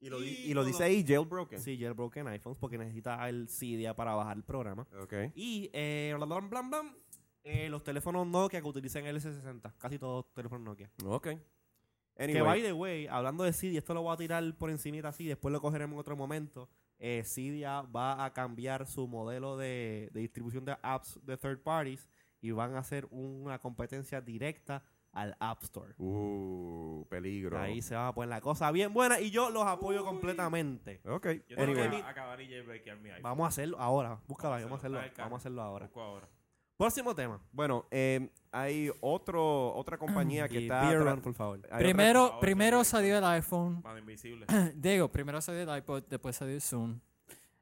Speaker 2: y, lo, di-
Speaker 1: y
Speaker 2: y lo
Speaker 1: con
Speaker 2: dice
Speaker 1: los-
Speaker 2: ahí, jailbroken.
Speaker 1: Sí, jailbroken iPhones porque necesita el CDA para bajar el programa.
Speaker 2: Ok.
Speaker 1: Y eh, blam, blam, blam, blam, eh, los teléfonos Nokia que utilizan el S60. Casi todos los teléfonos Nokia.
Speaker 2: Ok.
Speaker 1: Que by
Speaker 2: Anyway,
Speaker 1: the way, hablando de CD, esto lo voy a tirar por encimita así, después lo cogeremos en otro momento. eh, Cydia va a cambiar su modelo de, de distribución de apps de third parties y van a hacer una competencia directa al App Store.
Speaker 2: Uh, peligro.
Speaker 1: Ahí se va a poner la cosa bien buena y yo los apoyo completamente.
Speaker 2: Ok.
Speaker 5: Yo tengo que
Speaker 1: Anyway.
Speaker 5: a- acabar y jailbreakear mi iPhone.
Speaker 1: Vamos a hacerlo ahora. Búscala,
Speaker 5: Vamos a
Speaker 1: vamos a
Speaker 5: hacerlo,
Speaker 1: hacerlo,
Speaker 5: está en el carro.
Speaker 1: vamos a hacerlo ahora.
Speaker 5: Busco ahora.
Speaker 1: Próximo tema.
Speaker 2: Bueno, eh, hay otro, otra compañía que
Speaker 1: Y
Speaker 2: está...
Speaker 1: Beer
Speaker 2: tra-
Speaker 1: Run, por favor.
Speaker 2: hay
Speaker 3: Primero,
Speaker 5: otra-
Speaker 3: primero salió el iPhone.
Speaker 5: Mano invisible.
Speaker 3: Digo, primero salió el iPod, después salió el Zoom.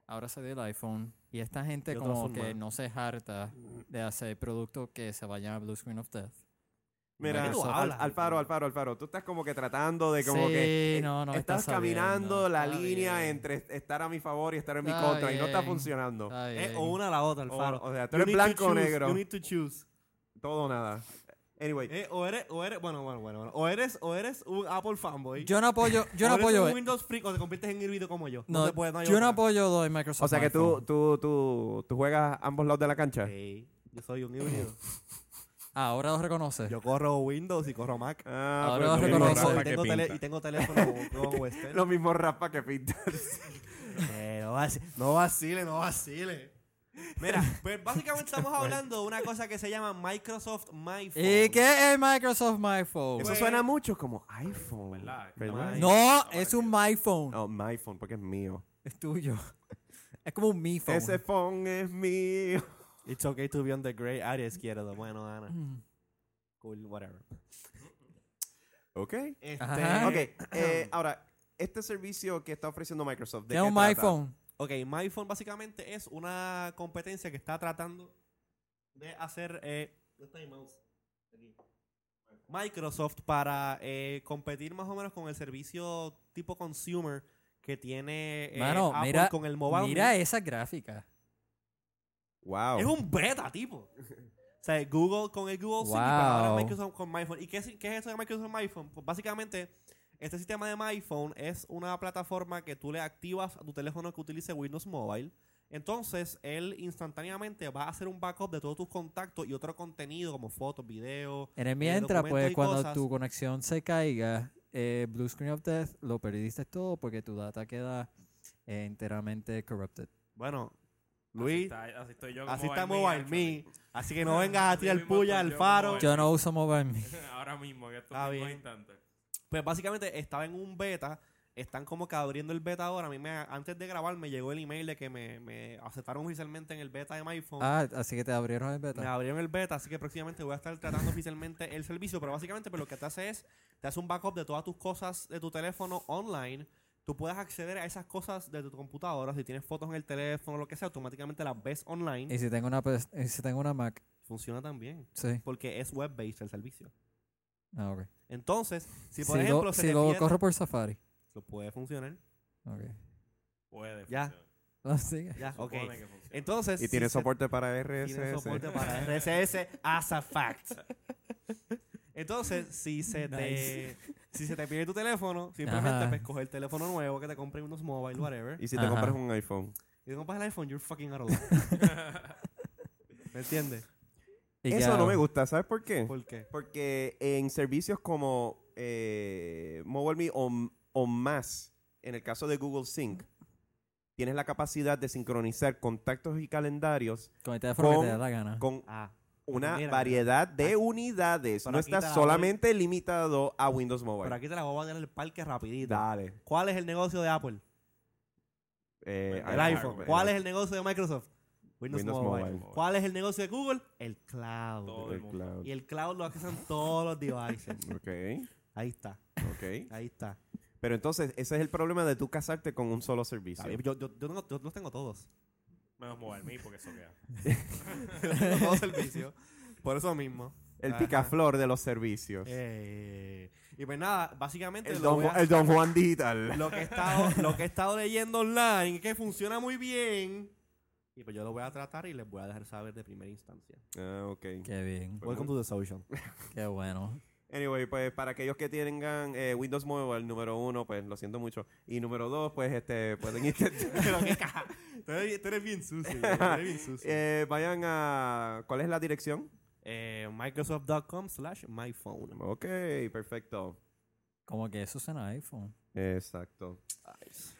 Speaker 3: Ahora salió el iPhone. Y esta gente
Speaker 1: Y otro
Speaker 3: como
Speaker 1: Zoom
Speaker 3: que
Speaker 1: más.
Speaker 3: no se harta de hacer productos que se vayan a Blue Screen of Death.
Speaker 2: Mira,
Speaker 1: Mira, tú
Speaker 2: Al-
Speaker 1: hablas.
Speaker 2: Alfaro, Alfaro, Alfaro, tú estás como que tratando de como
Speaker 3: Sí,
Speaker 2: que eh,
Speaker 3: no, no me
Speaker 2: estás
Speaker 3: está
Speaker 2: caminando
Speaker 3: saliendo.
Speaker 2: la
Speaker 3: Está
Speaker 2: línea
Speaker 3: bien.
Speaker 2: entre estar a mi favor y estar en mi
Speaker 3: Está
Speaker 2: contra y no está
Speaker 3: bien.
Speaker 2: funcionando.
Speaker 3: Está
Speaker 1: Eh,
Speaker 3: bien.
Speaker 1: o una a la otra,
Speaker 2: O-
Speaker 1: Alfaro.
Speaker 2: o sea, tú
Speaker 1: You
Speaker 2: eres
Speaker 1: need to
Speaker 2: blanco o
Speaker 1: choose,
Speaker 2: negro.
Speaker 1: You need to choose.
Speaker 2: Todo o nada. Anyway,
Speaker 1: Eh, o eres, o eres, bueno, bueno, bueno, bueno. O eres, o eres un Apple fanboy.
Speaker 3: Yo no apoyo, yo no
Speaker 1: o eres
Speaker 3: apoyo.
Speaker 1: un Windows freak o te conviertes en hirvido como yo. No,
Speaker 3: no,
Speaker 1: se puede, no hay
Speaker 3: yo no
Speaker 1: otra.
Speaker 3: apoyo lo de Microsoft.
Speaker 2: o sea que tú,
Speaker 3: iPhone.
Speaker 2: tú, tú, tú juegas ambos lados de la cancha.
Speaker 1: Sí, yo soy un híbrido.
Speaker 3: Ah, ahora lo reconoces.
Speaker 1: yo corro Windows y corro Mac.
Speaker 2: Ah, pues
Speaker 3: Ahora vas
Speaker 2: lo
Speaker 3: a
Speaker 2: mismo
Speaker 3: reconocer.
Speaker 2: rapa-
Speaker 1: y, tengo
Speaker 4: que pinta.
Speaker 1: tele- y tengo teléfono con con Western.
Speaker 2: Lo mismo rapa que pintas.
Speaker 1: Eh, no, vaci- no vacile, no vacile. Mira, pues básicamente estamos hablando de una cosa que se llama Microsoft My Phone.
Speaker 3: ¿Y Eh, qué es Microsoft My Phone?
Speaker 2: Eso suena mucho como iPhone.
Speaker 5: ¿Verdad?
Speaker 2: ¿Verdad?
Speaker 3: No, es un My Phone.
Speaker 2: No, my phone, porque es mío.
Speaker 3: Es tuyo. Es como un Mi Phone.
Speaker 2: Ese phone es mío.
Speaker 1: It's okay to be on the gray área izquierda. Bueno, Ana.
Speaker 3: Mm.
Speaker 1: Cool, whatever.
Speaker 2: Ok.
Speaker 1: Este,
Speaker 3: Ajá.
Speaker 2: Ok, eh, ahora, este servicio que está ofreciendo Microsoft. ¿de
Speaker 3: es
Speaker 2: qué
Speaker 3: un
Speaker 2: trata?
Speaker 3: My Phone.
Speaker 1: Ok, MyPhone básicamente es una competencia que está tratando de hacer. eh, ¿dónde está mi mouse? Aquí. Microsoft para eh, competir más o menos con el servicio tipo consumer que tiene eh,
Speaker 3: Mano,
Speaker 1: Apple
Speaker 3: mira,
Speaker 1: con el mobile.
Speaker 3: mira esa gráfica.
Speaker 2: Wow. Oh.
Speaker 1: Es un beta, tipo. O sea, Google con el Google Sync y para ahora
Speaker 3: Wow.
Speaker 1: Microsoft con MyPhone. ¿Y qué es, qué es eso de Microsoft MyPhone? Pues básicamente, este sistema de MyPhone es una plataforma que tú le activas a tu teléfono que utilice Windows Mobile. Entonces, él instantáneamente va a hacer un backup de todos tus contactos y otro contenido como fotos, videos.
Speaker 3: En el
Speaker 1: eh,
Speaker 3: mientras,
Speaker 1: documentos
Speaker 3: pues
Speaker 1: y
Speaker 3: cuando
Speaker 1: cosas.
Speaker 3: tu conexión se caiga, eh, Blue Screen of Death, lo perdiste todo porque tu data queda eh, enteramente corrupted.
Speaker 1: Bueno,
Speaker 5: Así,
Speaker 1: Luis,
Speaker 5: está, así estoy yo con
Speaker 1: así está Mobile Me.
Speaker 5: actually.
Speaker 1: Así que no vengas a
Speaker 5: Así
Speaker 1: tirar
Speaker 5: mismo
Speaker 1: puya
Speaker 5: estoy
Speaker 1: al
Speaker 5: yo con
Speaker 1: faro.
Speaker 5: Mobile.
Speaker 3: Yo no uso MobileMe.
Speaker 5: Ahora mismo, en estos
Speaker 1: Está
Speaker 5: mismos
Speaker 1: bien.
Speaker 5: instantes.
Speaker 1: Pues básicamente estaba en un beta. Están como que abriendo el beta ahora. A mí me, antes de grabar me llegó el email de que me, me aceptaron oficialmente en el beta de my phone.
Speaker 3: Ah, así que te abrieron el
Speaker 1: Me
Speaker 3: beta.
Speaker 1: abrieron el beta, así que próximamente voy a estar tratando oficialmente el servicio. Pero básicamente pues, lo que te hace es, te hace un backup de todas tus cosas de tu teléfono online. Tú puedes acceder a esas cosas de tu computadora. Si tienes fotos en el teléfono, lo que sea, automáticamente las ves online.
Speaker 3: Y si tengo una, PS- y si tengo una Mac,
Speaker 1: Funciona también.
Speaker 3: sí.
Speaker 1: Porque es web-based el servicio.
Speaker 3: Ah, ok.
Speaker 1: Entonces, si por
Speaker 3: lo-
Speaker 1: ejemplo se
Speaker 3: si
Speaker 1: te
Speaker 3: lo
Speaker 1: pierde-
Speaker 3: corro por Safari.
Speaker 1: Eso puede funcionar.
Speaker 3: Ok.
Speaker 5: Puede.
Speaker 1: Ya.
Speaker 5: funcionar.
Speaker 3: Ah, sigue.
Speaker 1: Ya, ok.
Speaker 5: Supone que funciona.
Speaker 1: Entonces.
Speaker 2: y tiene
Speaker 1: si se-
Speaker 2: soporte para RSS.
Speaker 1: Tiene soporte para RSS as a fact. Entonces, si se te si se te pierde tu teléfono, simplemente
Speaker 3: Ajá.
Speaker 1: pues coger el teléfono nuevo que te compre unos mobile, whatever.
Speaker 2: Y si te
Speaker 3: Ajá.
Speaker 2: compras un iPhone.
Speaker 1: Y te compras el iPhone, you're fucking out of luck. ¿Me entiendes?
Speaker 3: ¿Y qué
Speaker 2: Eso no
Speaker 3: hago?
Speaker 2: me gusta, ¿sabes por qué?
Speaker 1: ¿Por qué?
Speaker 2: Porque en servicios como eh, MobileMe o, o más, en el caso de Google Sync, tienes la capacidad de sincronizar contactos y calendarios
Speaker 3: Con el teléfono que
Speaker 2: Con-
Speaker 3: te da la gana.
Speaker 2: con
Speaker 1: Ah,
Speaker 2: una
Speaker 1: mira,
Speaker 2: variedad de unidades.
Speaker 1: Por
Speaker 2: No
Speaker 1: aquí te
Speaker 2: estás
Speaker 1: la
Speaker 2: solamente limitado a Windows
Speaker 1: pero
Speaker 2: Mobile.
Speaker 1: aquí te la voy a dar el parque rapidito.
Speaker 2: Dale.
Speaker 1: ¿Cuál es el negocio de Apple?
Speaker 2: Eh,
Speaker 1: El iPhone. ¿Cuál es el negocio de Microsoft? Windows,
Speaker 2: Windows
Speaker 1: mobile.
Speaker 2: Mobile.
Speaker 1: ¿Cuál es el negocio de Google? El cloud.
Speaker 5: Todo el
Speaker 2: El
Speaker 5: mundo.
Speaker 2: cloud.
Speaker 1: Y el cloud lo hacen todos los devices.
Speaker 2: Ok,
Speaker 1: Ahí está,
Speaker 2: ok.
Speaker 1: ahí está.
Speaker 2: Pero entonces, ese es el problema de tú casarte con un solo servicio.
Speaker 1: Está bien, Yo, yo, yo, tengo- yo los tengo todos.
Speaker 5: Menos Mobile Me, porque eso queda.
Speaker 1: Yo tengo todos servicios. Por eso mismo.
Speaker 2: El
Speaker 1: Ajá.
Speaker 2: picaflor de los servicios.
Speaker 1: Eh, y pues nada, básicamente
Speaker 2: el,
Speaker 1: lo,
Speaker 2: don,
Speaker 1: voy a-
Speaker 2: el Don Juan Digital.
Speaker 1: lo que he estado, lo que he estado leyendo online es que funciona muy bien. Y pues yo lo voy a tratar y les voy a dejar saber de primera instancia.
Speaker 2: Ah, ok.
Speaker 3: Qué bien.
Speaker 2: Bueno.
Speaker 1: Welcome to the solution.
Speaker 3: Qué bueno.
Speaker 2: Anyway, pues para aquellos que tengan eh, Windows Mobile, número uno, pues lo siento mucho. Y número dos, pues este, pueden intentar.
Speaker 1: Pero qué caja. Tú eres, tú eres bien sucio. tú eres bien sucio.
Speaker 2: Eh, vayan a. ¿Cuál es la dirección?
Speaker 1: Eh, Microsoft.com slash myphone.
Speaker 2: Ok, perfecto.
Speaker 3: Como que eso es en iPhone.
Speaker 2: Exacto.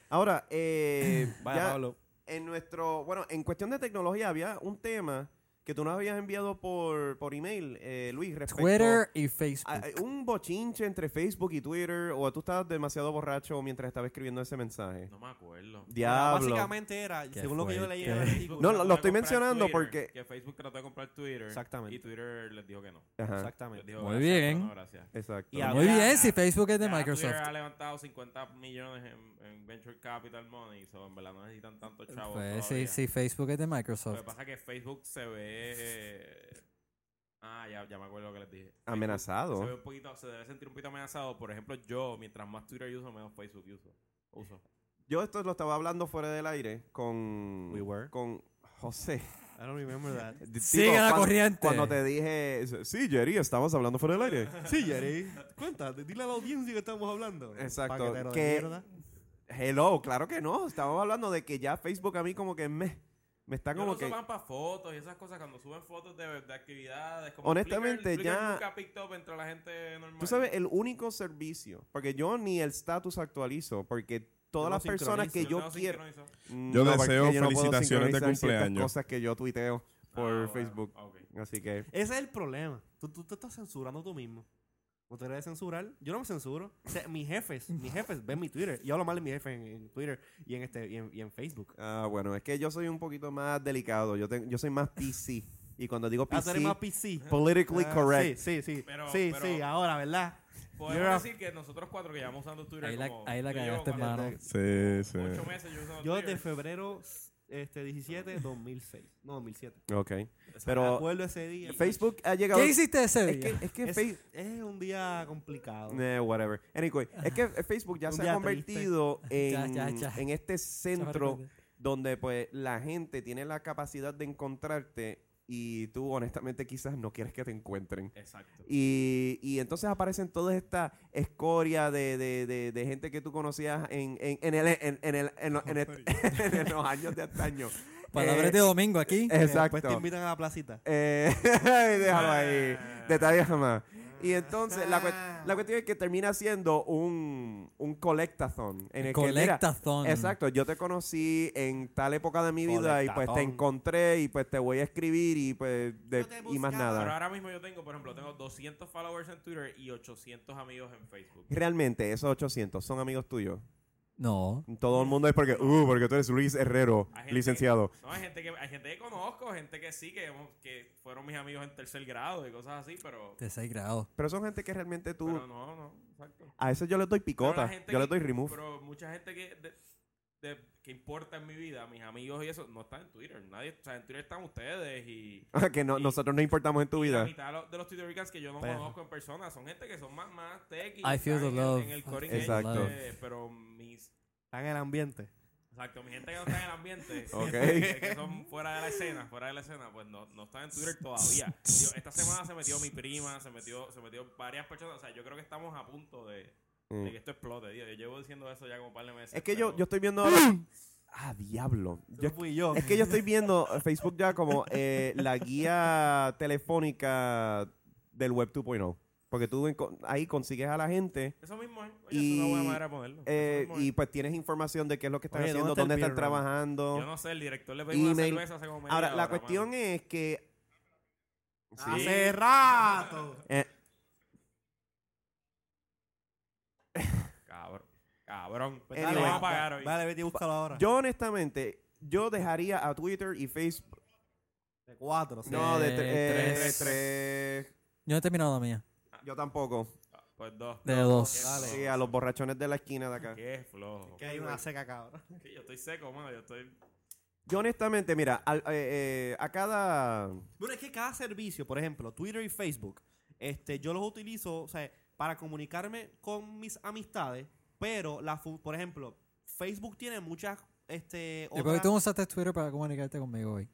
Speaker 2: Ahora, eh,
Speaker 1: Vaya,
Speaker 2: ya
Speaker 1: Pablo.
Speaker 2: en nuestro, bueno, en cuestión de tecnología había un tema que tú nos habías enviado por, por email, eh, Luis, respecto
Speaker 3: Twitter y Facebook.
Speaker 2: a- a un bochinche entre Facebook y Twitter o tú estabas demasiado borracho mientras estaba escribiendo ese mensaje.
Speaker 5: No me acuerdo.
Speaker 2: Diablo.
Speaker 1: Básicamente era,
Speaker 3: Qué
Speaker 1: según lo que yo leí en el
Speaker 3: fuerte.
Speaker 1: artículo.
Speaker 2: No,
Speaker 5: Trató
Speaker 2: lo
Speaker 5: de
Speaker 2: estoy
Speaker 5: comprar
Speaker 2: mencionando
Speaker 5: Twitter,
Speaker 2: porque-
Speaker 5: Que Facebook trató de comprar Twitter.
Speaker 1: Exactamente.
Speaker 5: Y Twitter les dijo que no.
Speaker 2: Ajá,
Speaker 5: Les
Speaker 1: Exactamente.
Speaker 5: dijo,
Speaker 3: Muy
Speaker 5: "Gracias, pero
Speaker 3: bien.
Speaker 5: no, gracias.
Speaker 2: Exacto.
Speaker 1: Y a-
Speaker 3: Muy
Speaker 1: ya-
Speaker 3: bien, si Facebook es de
Speaker 5: Ya, Twitter
Speaker 3: Microsoft.
Speaker 5: ha levantado 50 millones en, en Venture Capital Money. So, en verdad no necesitan tanto chavo.
Speaker 3: Pues sí,
Speaker 5: todavía.
Speaker 3: sí, Facebook es de
Speaker 5: Lo que
Speaker 3: Microsoft.
Speaker 5: pasa es que Facebook se ve. eh, Ah, ya, ya me acuerdo lo que les dije.
Speaker 2: Ah,
Speaker 5: Facebook Se ve
Speaker 2: Amenazado.
Speaker 5: un poquito, se debe sentir un poquito amenazado. Por ejemplo, yo, mientras más Twitter uso, menos Facebook uso. uso.
Speaker 2: Yo esto lo estaba hablando fuera del aire con
Speaker 1: We were.
Speaker 2: con José.
Speaker 1: I don't remember that.
Speaker 2: Tipo,
Speaker 3: Sigue la
Speaker 2: cuando-
Speaker 3: corriente.
Speaker 2: Cuando te dije, sí, Jerry, estamos hablando fuera del aire.
Speaker 1: Sí, Jerry. Cuéntate, dile a la audiencia que estamos hablando.
Speaker 2: Exacto,
Speaker 1: Paquetero de
Speaker 2: que-
Speaker 1: mierda.
Speaker 2: Hello, claro que no. Estamos hablando de que ya Facebook a mí como que me, me está
Speaker 5: Yo lo
Speaker 2: Ah, como
Speaker 5: uso
Speaker 2: que...
Speaker 5: más para fotos y esas cosas. Cuando suben fotos de, de actividades. Como
Speaker 2: Honestamente,
Speaker 5: Flickr-
Speaker 2: ya-
Speaker 5: Flickr nunca picked up entre la gente normal.
Speaker 2: Tú sabes, el único servicio, porque yo ni el status actualizo, porque todas
Speaker 1: no
Speaker 2: las personas que
Speaker 1: sincronizo.
Speaker 2: yo
Speaker 5: No
Speaker 2: quiero...
Speaker 5: sincronizo.
Speaker 4: Yo
Speaker 2: porque
Speaker 4: deseo
Speaker 2: yo no puedo
Speaker 4: felicitaciones de
Speaker 2: sincronizar ciertas
Speaker 4: cumpleaños.
Speaker 2: cosas que yo tuiteo por
Speaker 5: Ah, bueno,
Speaker 2: Facebook.
Speaker 5: ah, ok.
Speaker 2: Así que...
Speaker 1: Ese es el problema. Tú, tú te estás censurando tú mismo. No te debes censurar. Yo no me censuro. O sea, mis jefes, mis jefes ven mi Twitter. Yo hablo mal de mi jefe en, en Twitter y en este y en, y en Facebook.
Speaker 2: Ah, bueno, es que yo soy un poquito más delicado. Yo, te- yo soy más PC. Y cuando digo
Speaker 1: Ah, tú eres más
Speaker 2: PC,
Speaker 1: PC.
Speaker 2: politically
Speaker 1: Ah,
Speaker 2: correct.
Speaker 1: Sí, sí, sí.
Speaker 5: Pero-
Speaker 1: sí,
Speaker 5: pero-
Speaker 1: sí, ahora, ¿verdad?
Speaker 5: Podemos
Speaker 1: You're a-
Speaker 5: decir que nosotros cuatro que llevamos usando Twitter
Speaker 3: Ahí la,
Speaker 5: como...
Speaker 3: ahí la
Speaker 5: yo llevo
Speaker 3: cagaste,
Speaker 5: cuatro-
Speaker 3: hermano.
Speaker 4: Sí, sí.
Speaker 5: Ocho meses yo usando
Speaker 1: Yo
Speaker 5: Twitter.
Speaker 1: desde febrero este,
Speaker 5: Ah.
Speaker 1: 17, 2006. No, 2007.
Speaker 2: Ok.
Speaker 1: Me
Speaker 2: Pero
Speaker 1: acuerdo ese día.
Speaker 2: Facebook ha llegado...
Speaker 3: ¿Qué hiciste ese
Speaker 2: Es
Speaker 3: día?
Speaker 2: que, es que
Speaker 1: Es,
Speaker 2: Facebook...
Speaker 1: es un día complicado.
Speaker 2: Eh, whatever. Anyway, es que eh, Facebook ya
Speaker 1: Un
Speaker 2: se ha
Speaker 1: día
Speaker 2: convertido
Speaker 3: Ya,
Speaker 2: en,
Speaker 3: ya, ya.
Speaker 2: en este centro
Speaker 3: Chaval,
Speaker 2: donde pues la gente tiene la capacidad de encontrarte y tú honestamente quizás no quieres que te encuentren.
Speaker 5: Exacto.
Speaker 2: Y, y entonces aparecen todas estas escoria de, de, de, de gente que tú conocías en, en, en el, en, en el, en, lo- en el- en los años de antaño.
Speaker 3: Palabras
Speaker 2: Eh,
Speaker 3: de domingo aquí.
Speaker 1: Que Después te
Speaker 2: Exacto.
Speaker 1: invitan Ah. a la placita.
Speaker 2: Eh, déjalo ahí. Detalles jamás. Y entonces, la,
Speaker 1: Ah.
Speaker 2: cue- la cuestión es que termina siendo un, un colectathon. En el que, mira,
Speaker 3: Colectathon.
Speaker 2: exacto, yo te conocí en tal época de mi vida y pues te
Speaker 1: Colectathon.
Speaker 2: encontré y pues te voy a escribir y pues de-
Speaker 1: Yo te
Speaker 2: y más
Speaker 1: buscaba.
Speaker 5: Pero
Speaker 2: nada.
Speaker 5: ahora mismo yo tengo, por ejemplo, tengo 200 followers en Twitter y 800 amigos en Facebook.
Speaker 2: Realmente, esos 800 son amigos tuyos.
Speaker 3: No.
Speaker 2: Todo el mundo es porque, uh, porque tú eres Luis Herrero,
Speaker 5: Hay gente-
Speaker 2: licenciado.
Speaker 5: No, hay gente que, hay gente que conozco, gente que sí, que, hemos- que fueron mis amigos en tercer grado y cosas así, pero,
Speaker 3: De 6 grados.
Speaker 2: Pero son gente que realmente tú,
Speaker 5: pero no, no, exacto.
Speaker 2: a eso yo les doy
Speaker 5: Pero la
Speaker 2: picota,
Speaker 5: gente
Speaker 2: yo les
Speaker 5: que-
Speaker 2: doy remove.
Speaker 5: Pero mucha gente que, de- de- que importa en mi vida, mis amigos y eso, no están en Twitter. Nadie, o sea, en Twitter están ustedes y...
Speaker 2: que no,
Speaker 5: y-
Speaker 2: nosotros no importamos en tu
Speaker 5: La
Speaker 2: vida.
Speaker 5: mitad de los, de los Twittericans que yo no
Speaker 1: Perro.
Speaker 5: conozco en persona son gente que son más, más techy.
Speaker 3: I feel the
Speaker 5: están en el-
Speaker 3: love.
Speaker 5: En
Speaker 3: I
Speaker 5: el
Speaker 3: feel
Speaker 5: cutting
Speaker 2: the
Speaker 5: edge
Speaker 2: love.
Speaker 5: de- pero mis.
Speaker 1: Está en el ambiente.
Speaker 5: Exacto, mi gente que no está en el ambiente.
Speaker 2: Ok.
Speaker 5: que, que son fuera de la escena, fuera de la escena, pues no, no están en Twitter todavía. Digo, esta semana se metió mi prima, se metió, se metió varias personas. O sea, yo creo que estamos a punto de,
Speaker 2: Mm.
Speaker 5: de que esto explote. tío. Yo llevo diciendo eso ya como un par de meses.
Speaker 2: Es que yo,
Speaker 5: pero-
Speaker 2: yo estoy viendo ahora- Ah, diablo. Yo-
Speaker 1: Yo fui yo.
Speaker 2: es que yo estoy viendo Facebook ya como eh, la guía telefónica del Web 2.0. Porque tú enco- ahí consigues a la gente
Speaker 5: Eso mismo es. Oye, es una
Speaker 2: Y-
Speaker 5: buena manera de ponerlo. Eso
Speaker 2: eh,
Speaker 5: mismo es.
Speaker 2: y pues tienes información de qué es lo que están
Speaker 1: Oye,
Speaker 2: haciendo,
Speaker 1: ¿dónde está
Speaker 2: dónde están
Speaker 1: el beer run?
Speaker 5: yo
Speaker 2: trabajando.
Speaker 5: no sé, el director le pedí una
Speaker 2: email.
Speaker 5: cerveza hace como media
Speaker 2: Ahora, la
Speaker 5: hora,
Speaker 2: cuestión
Speaker 5: mano.
Speaker 2: es que... Ah, Sí.
Speaker 1: Hace rato.
Speaker 2: Eh,
Speaker 5: Cabrón. Cabrón.
Speaker 1: Pues
Speaker 2: Anyway.
Speaker 1: dale,
Speaker 5: vamos a pagar
Speaker 1: dale,
Speaker 5: hoy.
Speaker 1: Dale, vete y búscalo ahora.
Speaker 2: yo honestamente, yo dejaría a Twitter y Facebook...
Speaker 1: De cuatro. sí.
Speaker 2: No, de
Speaker 3: Eh,
Speaker 2: tre- eh,
Speaker 3: tres.
Speaker 2: tres.
Speaker 3: Yo no he terminado la mía.
Speaker 2: Yo tampoco.
Speaker 5: Pues dos.
Speaker 3: De dos.
Speaker 5: Dale.
Speaker 2: Sí, a los borrachones de la esquina de acá.
Speaker 5: Qué flojo.
Speaker 1: Que hay una seca, cabrón.
Speaker 5: Sí, yo estoy seco, mano. Yo estoy.
Speaker 2: Yo honestamente, mira, al- eh, eh, a cada...
Speaker 1: Bueno, es que cada servicio, por ejemplo, Twitter y Facebook, este, yo los utilizo, o sea, para comunicarme con mis amistades, pero la fu- por ejemplo, Facebook tiene muchas este
Speaker 3: Yo creo que tú
Speaker 1: otras-
Speaker 3: usaste Twitter para comunicarte conmigo hoy.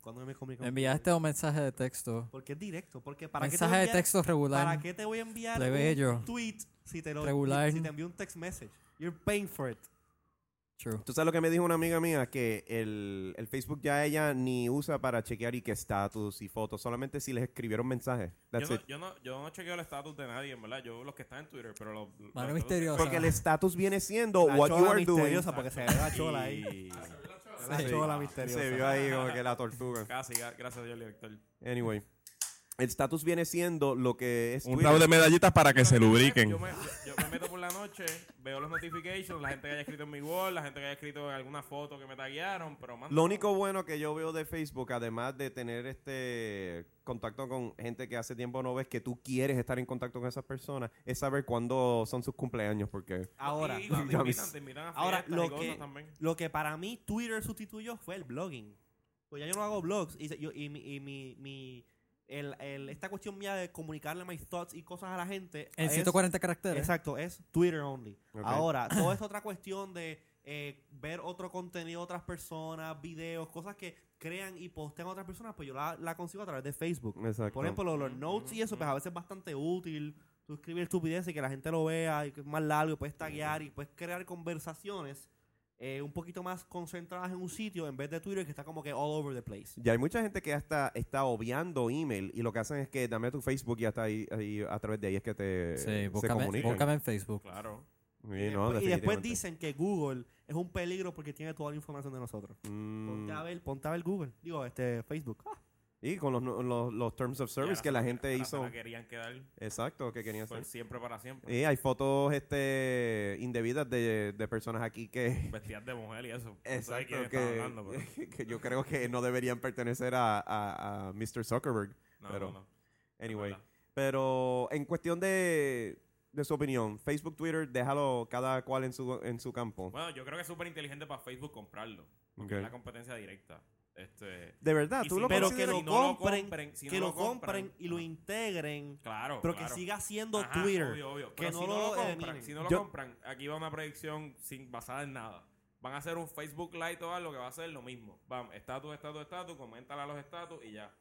Speaker 1: cuando me comunico
Speaker 3: Me enviaste un mensaje de texto.
Speaker 1: porque es directo, porque para qué te voy
Speaker 3: Mensaje
Speaker 1: a
Speaker 3: de
Speaker 1: enviar-
Speaker 3: texto regular.
Speaker 1: ¿Para qué te voy a enviar
Speaker 3: Plebeyo.
Speaker 1: un tweet si te lo
Speaker 3: Regular.
Speaker 1: si te envío un text message? You're paying for it.
Speaker 3: True.
Speaker 2: Tú sabes lo que me dijo una amiga mía, que el, el Facebook ya ella ni usa para chequear y que estatus y fotos, solamente si les escribieron mensajes. That's
Speaker 5: yo,
Speaker 2: it.
Speaker 5: no, yo, no, yo no chequeo el estatus de nadie, en verdad. Yo los que están en Twitter, pero los. los-
Speaker 3: Mano
Speaker 5: los-
Speaker 3: misteriosa.
Speaker 2: Porque el estatus viene siendo
Speaker 1: La
Speaker 2: what you
Speaker 1: chola
Speaker 2: are doing.
Speaker 1: misteriosa, porque se ve la chola ahí. La
Speaker 3: Sí.
Speaker 1: chola misteriosa.
Speaker 2: Se vio ahí como que la tortuga.
Speaker 5: Casi, ga- gracias a Dios, director.
Speaker 2: Anyway. El estatus viene siendo lo que es
Speaker 4: Un
Speaker 2: Twitter.
Speaker 4: rabo de medallitas para que se
Speaker 5: Yo
Speaker 4: lubriquen.
Speaker 5: me, yo- yo me meto por la noche, veo los notifications, la gente que haya escrito en mi wall, la gente que haya escrito en alguna foto que me taguearon, pero mano,
Speaker 2: Lo único bueno que yo veo de Facebook, además de tener este contacto con gente que hace tiempo no ves, que tú quieres estar en contacto con esas personas, es saber cuándo son sus cumpleaños, porque
Speaker 1: Ahora,
Speaker 5: Y, y cuando te
Speaker 2: Ya me-
Speaker 5: invitan, te invitan a
Speaker 1: ahora
Speaker 5: fiestas y
Speaker 1: lo,
Speaker 5: cosas
Speaker 1: que,
Speaker 5: también.
Speaker 1: lo que para mí Twitter sustituyó fue el blogging. Pues ya yo no hago blogs y, se- yo- y mi, y mi- mi- el- el- esta cuestión mía de comunicarle mis thoughts y cosas a la gente.
Speaker 3: En
Speaker 1: es-
Speaker 3: 140 caracteres.
Speaker 1: Exacto, es Twitter only.
Speaker 2: Ok.
Speaker 1: Ahora, toda esta otra cuestión de eh, ver otro contenido de otras personas, videos, cosas que crean y postean otras personas, pues yo la, la consigo a través de Facebook.
Speaker 2: Exacto.
Speaker 1: Por ejemplo, los, los notes y eso, pues a veces es bastante útil. Tú escribir estupideces y que la gente lo vea, y que es más largo, y puedes taguear y puedes crear conversaciones eh, un poquito más concentradas en un sitio en vez de Twitter que está como que all over the place.
Speaker 2: ya hay mucha gente que hasta está obviando email y lo que hacen es que dame tu Facebook y hasta ahí, ahí- a través de ahí es que te
Speaker 3: Sí,
Speaker 2: se
Speaker 3: búscame,
Speaker 2: comunican.
Speaker 3: búscame en Facebook.
Speaker 5: Claro.
Speaker 2: Sí, no,
Speaker 1: y después
Speaker 2: definitivamente.
Speaker 1: dicen que Google es un peligro porque tiene toda la información de nosotros.
Speaker 2: Mm, Ah,
Speaker 1: Ponte a ver, ponte a ver Google. Digo, este, Facebook.
Speaker 2: y con los, los, los terms of
Speaker 5: Y ahora
Speaker 2: service que
Speaker 5: se-
Speaker 2: la
Speaker 5: ahora
Speaker 2: gente
Speaker 5: se
Speaker 2: hizo.
Speaker 5: la querían quedar
Speaker 2: Exacto, que querían hacer. Eh,
Speaker 5: por siempre para siempre.
Speaker 2: Y hay fotos este indebidas de, de personas aquí que
Speaker 5: Vestidas de mujer y eso. Pues, No sé de
Speaker 2: Exacto,
Speaker 5: quién
Speaker 2: que,
Speaker 5: estaba hablando, pero-
Speaker 2: que yo creo que no deberían pertenecer a, a- a Mr. Zuckerberg.
Speaker 5: No,
Speaker 2: pero,
Speaker 5: no, no.
Speaker 2: anyway.
Speaker 5: verdad.
Speaker 2: Pero en cuestión de, de su opinión, Facebook, Twitter, déjalo cada cual en su, en su campo.
Speaker 5: Bueno, yo creo que es súper inteligente para Facebook comprarlo. Porque
Speaker 2: Ok.
Speaker 5: es la competencia directa. Este,
Speaker 2: De verdad,
Speaker 5: Y
Speaker 2: Ah, tú
Speaker 5: si-
Speaker 2: lo
Speaker 1: Pero
Speaker 2: pero
Speaker 1: que
Speaker 5: consideras-
Speaker 1: lo
Speaker 5: si no lo
Speaker 1: compren,
Speaker 5: compren, si
Speaker 1: que
Speaker 5: no
Speaker 1: lo
Speaker 5: lo compren,
Speaker 1: compren y lo
Speaker 5: ajá.
Speaker 1: integren,
Speaker 5: claro.
Speaker 1: pero que
Speaker 5: claro.
Speaker 1: siga siendo
Speaker 5: Ajá,
Speaker 1: Twitter.
Speaker 5: obvio, obvio.
Speaker 1: que
Speaker 5: Pero
Speaker 1: no
Speaker 5: si
Speaker 1: lo
Speaker 5: compran,
Speaker 1: eliminen.
Speaker 5: si no lo
Speaker 2: Yo-
Speaker 5: compran, aquí va una predicción sin basada en nada. Van a hacer un Facebook Live o algo que va a ser lo mismo. Bam, estatus, estatus, estatus, coméntala los estatus y ya.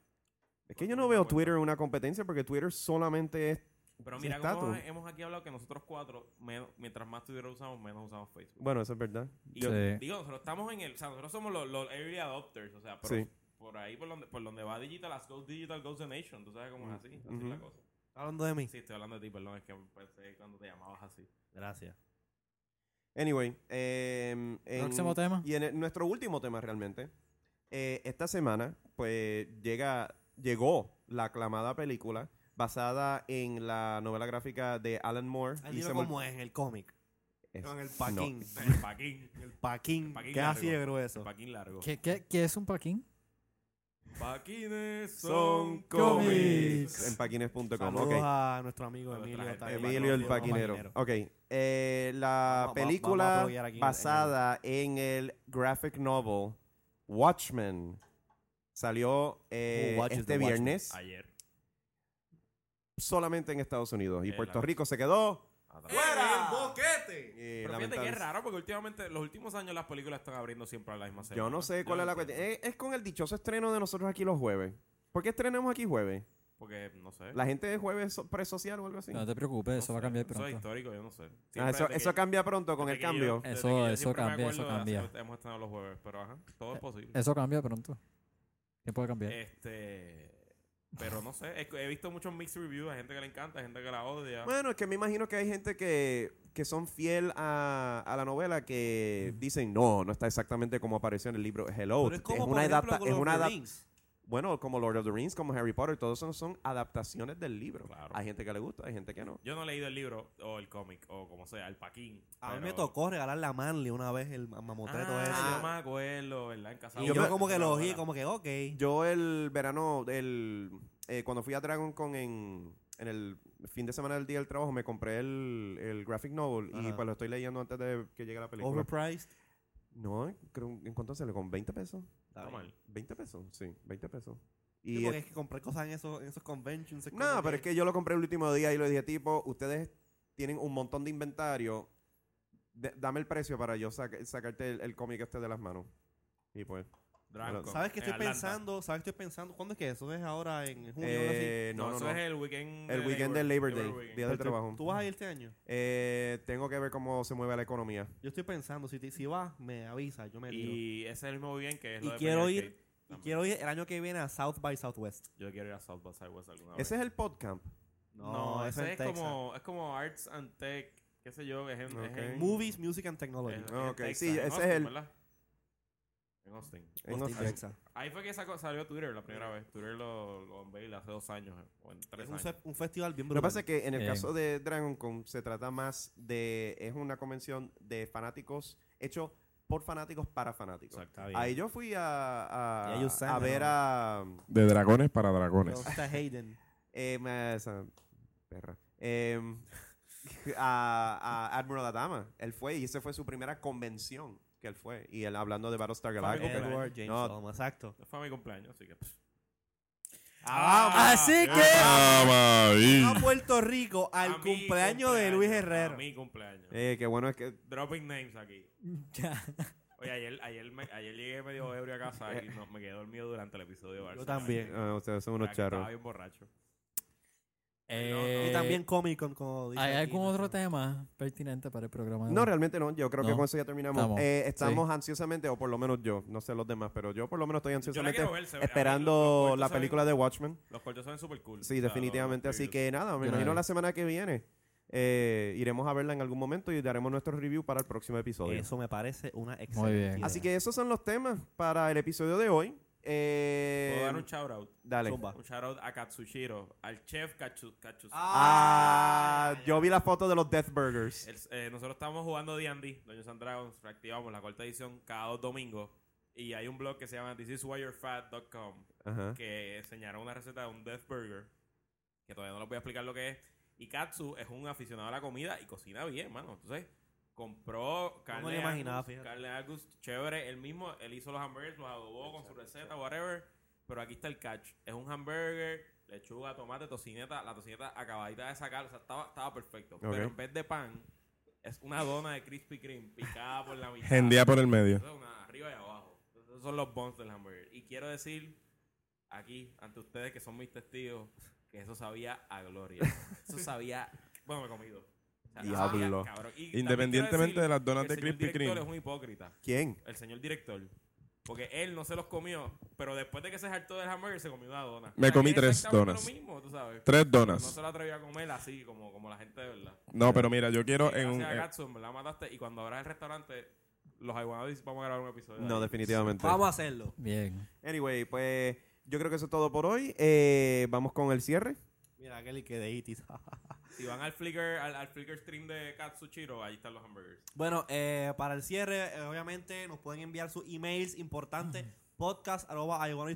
Speaker 2: Es que yo no veo Twitter una competencia porque Twitter solamente es...
Speaker 5: Pero
Speaker 2: Sí,
Speaker 5: mira,
Speaker 2: estatus.
Speaker 5: como hemos aquí hablado que nosotros cuatro, menos- mientras más Twitter usamos, menos usamos Facebook.
Speaker 2: Bueno, eso es verdad.
Speaker 5: Y
Speaker 3: Sí.
Speaker 5: digo, nosotros estamos en el, o sea, nosotros somos los, los early adopters, o sea, por,
Speaker 2: Sí.
Speaker 5: por ahí por donde, por donde va digital, las goes digital, goes the nation, tú sabes cómo es así, así es la cosa.
Speaker 1: Hablando de mí.
Speaker 5: Sí, estoy hablando de ti, perdón, es que pensé cuando te llamabas así.
Speaker 1: Gracias.
Speaker 2: Anyway, em, en-
Speaker 3: Próximo tema.
Speaker 2: Y en el- nuestro último tema realmente. eh, esta semana, pues, llega, llegó la aclamada película basada en la novela gráfica de Alan Moore.
Speaker 1: El
Speaker 2: y
Speaker 1: libro
Speaker 2: se me-
Speaker 1: como es en el cómic.
Speaker 2: Es-
Speaker 1: Con el paquín.
Speaker 5: El paquín,
Speaker 1: El paquín.
Speaker 5: El paquín
Speaker 1: que es así de
Speaker 5: largo. el
Speaker 1: grueso.
Speaker 5: paquín largo.
Speaker 3: ¿Qué, qué, qué es un paquín?
Speaker 5: Paquines son
Speaker 2: Son
Speaker 5: cómics.
Speaker 2: cómics. En paquines.com.
Speaker 1: Saludos
Speaker 2: ok.
Speaker 1: a nuestro amigo
Speaker 5: Saludos a
Speaker 1: Emilio.
Speaker 5: la gente.
Speaker 1: Tagle,
Speaker 2: Emilio el
Speaker 1: Diego
Speaker 2: Paquinero. Ok. eh, la
Speaker 1: Vamos- va- vamos a
Speaker 2: película
Speaker 1: apoyar aquí en el-
Speaker 2: basada en el graphic novel Watchmen salió eh,
Speaker 1: Who watches
Speaker 2: este
Speaker 1: the Watchmen?
Speaker 2: viernes
Speaker 5: Ayer.
Speaker 2: solamente en Estados Unidos. Y
Speaker 5: Eh,
Speaker 2: Puerto
Speaker 5: la-
Speaker 2: Rico se quedó
Speaker 5: atrás.
Speaker 2: ¡Fuera!
Speaker 1: boquete!
Speaker 2: Eh,
Speaker 5: Pero fíjate que
Speaker 2: lamentable-
Speaker 5: es raro porque últimamente, los últimos años las películas están abriendo siempre a la misma serie.
Speaker 2: Yo no sé cuál es la cuestión. eh.
Speaker 5: entiendo.
Speaker 2: Es, es con el dichoso estreno de nosotros aquí los jueves. ¿Por qué estrenamos aquí jueves?
Speaker 5: Porque, no sé.
Speaker 2: ¿La gente de jueves so- presocial o algo así?
Speaker 3: No te preocupes, eso va a cambiar pronto.
Speaker 5: Eso es histórico, yo no sé.
Speaker 2: Ah,
Speaker 5: Siempre
Speaker 2: eso
Speaker 5: desde
Speaker 2: eso
Speaker 5: que-
Speaker 2: cambia pronto con
Speaker 5: desde
Speaker 2: el
Speaker 5: que yo-
Speaker 2: cambio.
Speaker 5: desde
Speaker 3: Eso-
Speaker 5: que yo
Speaker 3: eso
Speaker 5: siempre me
Speaker 3: cambia, eso
Speaker 5: acuerdo,
Speaker 3: cambia. Eh,
Speaker 5: hace- Hemos estado los jueves, pero ajá, todo es posible.
Speaker 3: Eso cambia pronto. ¿Qué puede cambiar?
Speaker 5: Este. Pero no sé, es que he visto muchos mixed reviews. Hay gente que le encanta, hay gente que la odia.
Speaker 2: Bueno, es que me imagino que hay gente que, que son fiel a, a la novela que dicen, no, no está exactamente como apareció en el libro Hello.
Speaker 1: Pero es
Speaker 2: una
Speaker 1: como, por ejemplo,
Speaker 2: adapta-
Speaker 1: con
Speaker 2: es
Speaker 1: los
Speaker 2: una
Speaker 1: The
Speaker 2: adap-
Speaker 1: Rings.
Speaker 2: Bueno, como Lord of the Rings, como Harry Potter, todos son, son adaptaciones del libro.
Speaker 5: Claro.
Speaker 2: Hay gente que le gusta, hay gente que no.
Speaker 5: Yo no he leído el libro o el cómic o como sea, el Paquín.
Speaker 1: A mí
Speaker 5: pero-
Speaker 1: me tocó regalarle a Manly una vez el mamotreto
Speaker 5: Ah,
Speaker 1: ese.
Speaker 5: Yo me acuerdo, ¿verdad? En casa.
Speaker 1: Y
Speaker 2: yo
Speaker 1: yo,
Speaker 2: me-
Speaker 1: como que lo oí,
Speaker 5: Abuela.
Speaker 1: como que, ok.
Speaker 2: Yo el verano, el, eh, cuando fui a Dragon Con en, en el fin de semana del día del trabajo, me compré el, el graphic novel y
Speaker 1: Ajá.
Speaker 2: pues lo estoy leyendo antes de que llegue la película.
Speaker 1: Overpriced.
Speaker 2: No, creo, ¿en cuánto sale? ¿Con 20 pesos?
Speaker 5: Está mal.
Speaker 2: 20 pesos, sí, 20 pesos.
Speaker 1: Y
Speaker 2: Y
Speaker 1: porque
Speaker 2: es-
Speaker 1: es que compré cosas en esos, en esos conventions. es
Speaker 2: no,
Speaker 1: como
Speaker 2: pero es que yo lo compré el último día y lo dije tipo, ustedes tienen un montón de inventario, de- dame el precio para yo saca- sacarte el, el cómic este de las manos. Y pues,
Speaker 5: DragonCon
Speaker 1: ¿Sabes qué
Speaker 5: en
Speaker 1: estoy
Speaker 5: Atlanta.
Speaker 1: pensando? ¿Sabes qué estoy pensando? ¿Cuándo es que eso? ¿Es ahora en junio? algo así?
Speaker 2: Eh,
Speaker 5: No,
Speaker 2: no, no,
Speaker 5: eso
Speaker 2: no.
Speaker 5: es el weekend.
Speaker 2: El
Speaker 5: de
Speaker 2: weekend del Labor Day,
Speaker 5: Weekend.
Speaker 2: día del
Speaker 1: Pero tú-
Speaker 2: trabajo.
Speaker 1: ¿Tú vas a ir este año?
Speaker 2: Eh, tengo que ver cómo se mueve la economía.
Speaker 1: Yo estoy pensando, si, te- si vas, me avisa, yo me tiro. Y,
Speaker 5: Y ese es el mismo weekend que es lo de
Speaker 1: quiero
Speaker 5: Penny
Speaker 1: ir
Speaker 5: Arcade
Speaker 1: y
Speaker 5: también.
Speaker 1: quiero ir el año que viene a South by Southwest.
Speaker 5: Yo quiero ir a South by Southwest alguna vez.
Speaker 2: Ese es el podcamp.
Speaker 5: No,
Speaker 1: eso
Speaker 5: ese es,
Speaker 1: en Texas.
Speaker 5: como, es como Arts and Tech, qué sé yo, es en, es
Speaker 2: Ok.
Speaker 5: en-
Speaker 1: Movies, Music and
Speaker 5: es-
Speaker 1: Technology.
Speaker 5: es
Speaker 2: Ah,
Speaker 5: en
Speaker 2: ok,
Speaker 5: Texas,
Speaker 2: sí,
Speaker 5: en
Speaker 2: ese es
Speaker 5: Austin,
Speaker 2: el-
Speaker 5: ¿verdad? En Austin.
Speaker 2: En
Speaker 1: Austin,
Speaker 2: Austin.
Speaker 1: Texas.
Speaker 5: Ahí fue que sacó- salió Twitter la primera vez. Twitter lo, lo unveila hace dos años eh, o en
Speaker 1: Es
Speaker 5: tres
Speaker 1: un,
Speaker 5: años.
Speaker 1: se- un festival bien
Speaker 2: Lo que
Speaker 1: brutal.
Speaker 2: pasa es que en el
Speaker 3: Eh.
Speaker 2: caso de Dragon Con se trata más de. Es una convención de fanáticos hecho por fanáticos para fanáticos.
Speaker 5: Exacto.
Speaker 2: Ahí yo fui a,
Speaker 1: Y
Speaker 2: a,
Speaker 1: ahí usan,
Speaker 2: a ver
Speaker 1: ¿no?
Speaker 2: a.
Speaker 4: De dragones para dragones.
Speaker 1: Pero está Hayden.
Speaker 2: eh, me- esa perra. Eh, a, a Admiral Adama. Él fue y esa fue su primera convención que él fue. Y él hablando de Battlestar
Speaker 5: Falcon
Speaker 2: Galactica.
Speaker 5: Edward
Speaker 1: Edward
Speaker 5: James
Speaker 1: James
Speaker 2: No.
Speaker 1: exacto.
Speaker 5: Este Fue mi cumpleaños, así que. pff.
Speaker 3: Así
Speaker 5: ah,
Speaker 3: que.
Speaker 4: Ah,
Speaker 1: A
Speaker 4: maíz.
Speaker 1: Puerto Rico al
Speaker 5: a mi
Speaker 1: cumpleaños de Luis Herrera.
Speaker 5: A mi cumpleaños.
Speaker 2: Eh, qué bueno es que.
Speaker 5: Dropping names aquí. Oye, ayer, ayer, me- ayer llegué medio ebrio a casa y no- me quedé dormido durante el episodio de
Speaker 1: Yo
Speaker 5: Barcelona.
Speaker 1: también.
Speaker 2: ah, ustedes son
Speaker 5: Estaba-
Speaker 2: unos charros.
Speaker 5: Estaba bien borracho.
Speaker 3: Eh,
Speaker 1: y también Comic Con, como dice
Speaker 3: ¿Hay
Speaker 1: aquí,
Speaker 3: algún
Speaker 1: ¿no?
Speaker 3: otro tema pertinente para el programa? de
Speaker 2: No,
Speaker 3: hoy?
Speaker 2: realmente no. Yo creo que
Speaker 3: No.
Speaker 2: con eso ya terminamos. Eh,
Speaker 3: Estamos.
Speaker 2: Estamos, ansiosamente, o por lo menos yo, no sé los demás, pero yo por lo menos estoy ansiosamente
Speaker 5: quiero ver, se ve- a
Speaker 2: esperando
Speaker 5: ver, los- los
Speaker 2: la
Speaker 5: cortos
Speaker 2: película de Watchmen.
Speaker 5: Los cortos son súper cool.
Speaker 1: Ah,
Speaker 2: Sí, definitivamente. Así que nada, me
Speaker 3: Yo la
Speaker 2: imagino
Speaker 3: vi.
Speaker 2: la semana que viene eh, iremos a verla en algún momento y daremos nuestro review para el próximo episodio.
Speaker 1: Eso me parece una excelente.
Speaker 3: bien.
Speaker 1: idea.
Speaker 2: Así que esos son los temas para el episodio de hoy. Eh,
Speaker 5: Puedo dar un shout out.
Speaker 2: dale.
Speaker 1: Zumba.
Speaker 5: Un shout out a Katsushiro, al chef Katsu, Katsushiro.
Speaker 2: Ah, yo vi la foto de los Death Burgers.
Speaker 5: El- eh, nosotros estamos jugando D&D, Dungeons and Dragons, reactivamos la cuarta edición cada dos domingos. Y hay un blog que se llama thisiswhyyou'refat.com
Speaker 2: Ajá.
Speaker 5: que enseñaron una receta de un Death Burger, que todavía no les voy a explicar lo que es. Y Katsu es un aficionado a la comida y cocina bien, mano. Entonces, compró carne,
Speaker 1: me lo imaginaba,
Speaker 5: Angus,
Speaker 1: fíjate.
Speaker 5: carne Angus, chévere. Él mismo, él hizo los hamburgers, los adobó con su receta, whatever. Pero aquí está el catch. Es un hamburger, lechuga, tomate, tocineta. La tocineta acabadita de sacar, o sea, estaba, estaba perfecto.
Speaker 2: Ok.
Speaker 5: Pero en vez de pan, es una dona de Krispy Kreme picada por la mitad.
Speaker 4: Gendía por el medio.
Speaker 5: Eso es una arriba y abajo. Esos son los buns del hamburger. Y quiero decir aquí, ante ustedes que son mis testigos, que eso sabía a gloria. Eso sabía... Bueno, me he comido. O sea, eso sabía,
Speaker 2: Diablo.
Speaker 5: cabrón. Y también
Speaker 4: Independientemente
Speaker 5: quiero
Speaker 4: de las
Speaker 5: decir
Speaker 4: donas
Speaker 5: que
Speaker 4: de
Speaker 5: el señor
Speaker 4: Krispy
Speaker 5: director
Speaker 4: Kreme.
Speaker 5: es un hipócrita.
Speaker 2: ¿Quién?
Speaker 5: El señor director. Porque él no se los comió, pero después de que se hartó del hamburger, se comió una dona.
Speaker 4: Me
Speaker 5: O sea,
Speaker 4: comí
Speaker 5: que es
Speaker 4: tres
Speaker 5: exactamente
Speaker 4: donas.
Speaker 5: Lo mismo, tú sabes.
Speaker 4: Tres
Speaker 5: No
Speaker 4: donas.
Speaker 5: se lo atrevió a comer así, como, como la gente de verdad.
Speaker 4: No, pero mira, yo quiero en
Speaker 5: Gracias
Speaker 4: un.
Speaker 5: a
Speaker 4: eh,
Speaker 5: Gatsu, en verdad mataste. Y cuando abras el restaurante, los Aguanadis vamos a grabar un episodio.
Speaker 2: No,
Speaker 5: ahí.
Speaker 2: definitivamente.
Speaker 1: Vamos a hacerlo.
Speaker 3: Bien.
Speaker 2: Anyway, pues yo creo que eso es todo por hoy. Eh, vamos con el cierre.
Speaker 1: Mira, Kelly, que de itis.
Speaker 5: Si van al Flickr, al, al Flickr stream de Katsuchiro, ahí están los hamburgers.
Speaker 1: bueno, eh, para el cierre, eh, obviamente nos pueden enviar sus emails importantes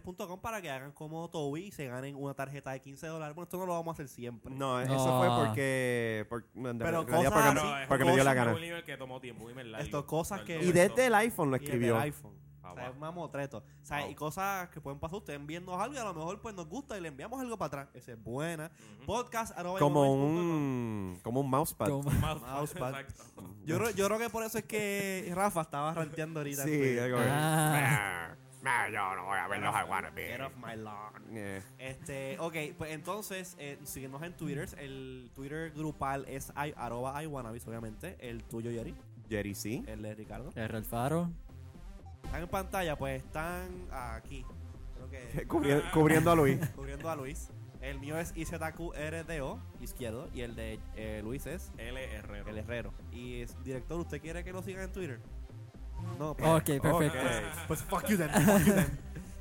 Speaker 1: podcast.com para que hagan como Toby y se ganen una tarjeta de 15 dólares. Bueno, esto no lo vamos a hacer siempre.
Speaker 2: No, eh, eso
Speaker 3: No.
Speaker 2: fue porque. por- en
Speaker 1: Pero
Speaker 2: realidad porque,
Speaker 1: cosas
Speaker 2: me-
Speaker 1: así,
Speaker 5: es un
Speaker 2: Ah, porque me dio la
Speaker 5: nivel-
Speaker 2: gana.
Speaker 5: un nivel que tomó tiempo, un email largo.
Speaker 1: Esto, cosas que-
Speaker 2: Y desde el iPhone lo
Speaker 1: Y el
Speaker 2: escribió.
Speaker 1: del iPhone.
Speaker 5: Ah,
Speaker 1: O sea,
Speaker 5: wow.
Speaker 1: es un mamotreto. O sea,
Speaker 5: Wow.
Speaker 1: y cosas que pueden pasar. Ustedes enviarnos algo y a lo mejor pues nos gusta y le enviamos algo para atrás. Esa es buena.
Speaker 5: Ujú.
Speaker 1: Podcast arroba
Speaker 2: Como
Speaker 1: gmail punto com.
Speaker 2: un. Como un mousepad.
Speaker 3: Toma.
Speaker 5: Mousepad,
Speaker 1: Mousepad.
Speaker 5: exacto.
Speaker 1: Yo, creo- yo creo que por eso es que Rafa estaba ranteando ahorita.
Speaker 2: Sí, algo así.
Speaker 3: Ah,
Speaker 2: yo no voy a ver los Eh, aguanes,
Speaker 1: Get off my lawn. Este, ok, pues entonces, eh, síguenos en Twitter. El Twitter grupal es i- arroba iwanabis, obviamente. El tuyo, Yeri.
Speaker 2: Jerry sí.
Speaker 1: El de Ricardo.
Speaker 3: R. Alfaro.
Speaker 1: Están en pantalla, pues están aquí. Creo que
Speaker 2: Cubri- cubriendo a Luis.
Speaker 1: cubriendo a Luis. El mío es IZQRDO, izquierdo. Y el de eh, Luis es
Speaker 5: LR.
Speaker 1: el Herrero. Y es- director, ¿usted quiere que lo sigan en Twitter? No, pues-
Speaker 3: Ok, perfecto.
Speaker 2: Ok.
Speaker 1: Pues fuck you then, fuck you then.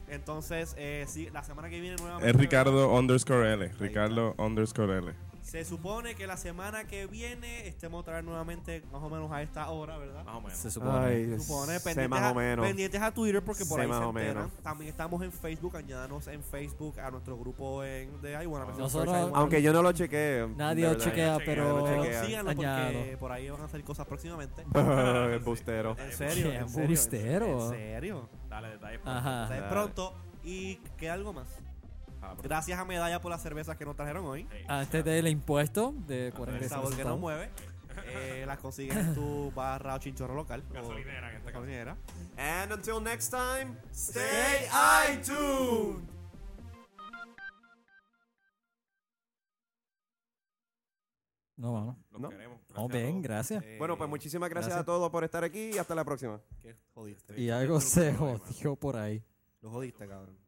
Speaker 1: Entonces, eh, sí, la semana que viene nuevamente.
Speaker 4: Es Ricardo underscore L. Ricardo underscore L.
Speaker 1: Se supone que la semana que viene estemos otra vez nuevamente, más o menos a esta hora, ¿verdad?
Speaker 5: Más o menos.
Speaker 3: Se supone.
Speaker 2: Ay,
Speaker 1: Supone,
Speaker 2: Ah, pues, sé
Speaker 1: pendientes,
Speaker 2: más
Speaker 1: a,
Speaker 2: o menos.
Speaker 1: pendientes a Twitter porque por
Speaker 2: Sé
Speaker 1: ahí
Speaker 2: más
Speaker 1: se
Speaker 2: o menos.
Speaker 1: enteran. También estamos en Facebook, añádanos en Facebook a nuestro grupo en, de Iwana.
Speaker 3: Nosotros-
Speaker 2: Aunque yo no lo chequeé. de
Speaker 3: Nadie lo
Speaker 2: verdad.
Speaker 3: chequea,
Speaker 5: Nadie
Speaker 3: pero.
Speaker 2: lo
Speaker 1: Pero
Speaker 2: chequea.
Speaker 1: síganos porque
Speaker 3: Añado.
Speaker 1: por ahí van a salir cosas próximamente.
Speaker 2: Bustero.
Speaker 1: En serio,
Speaker 3: Qué
Speaker 1: en serio.
Speaker 3: embustero.
Speaker 1: En serio.
Speaker 5: Dale detalles. por favor.
Speaker 3: Ajá.
Speaker 1: Hasta de pronto. ¿Y qué algo más?
Speaker 5: Ah, pero-
Speaker 1: Gracias a
Speaker 3: Ah, este
Speaker 1: Medalla por las cervezas que nos trajeron hoy.
Speaker 5: Hey.
Speaker 3: Antes del impuesto de
Speaker 5: Ah,
Speaker 1: El
Speaker 3: 46
Speaker 1: sabor que nos
Speaker 3: centavos.
Speaker 1: mueve. Eh, las consigues en tu barra o chinchorro local. o
Speaker 5: Gasolinera, en este caso.
Speaker 1: gasolinera.
Speaker 2: And until next time, stay iTunes.
Speaker 3: No, vamos.
Speaker 5: Los
Speaker 2: No.
Speaker 5: queremos. Gracias
Speaker 3: No,
Speaker 5: a
Speaker 3: ven,
Speaker 5: todos.
Speaker 3: gracias.
Speaker 2: Bueno, pues muchísimas gracias,
Speaker 3: gracias.
Speaker 2: a todos por estar aquí y hasta la próxima.
Speaker 1: ¿Qué jodiste?
Speaker 3: Y algo
Speaker 5: Yo creo que
Speaker 3: se
Speaker 5: no hay más.
Speaker 3: jodió por ahí.
Speaker 1: Lo jodiste, cabrón.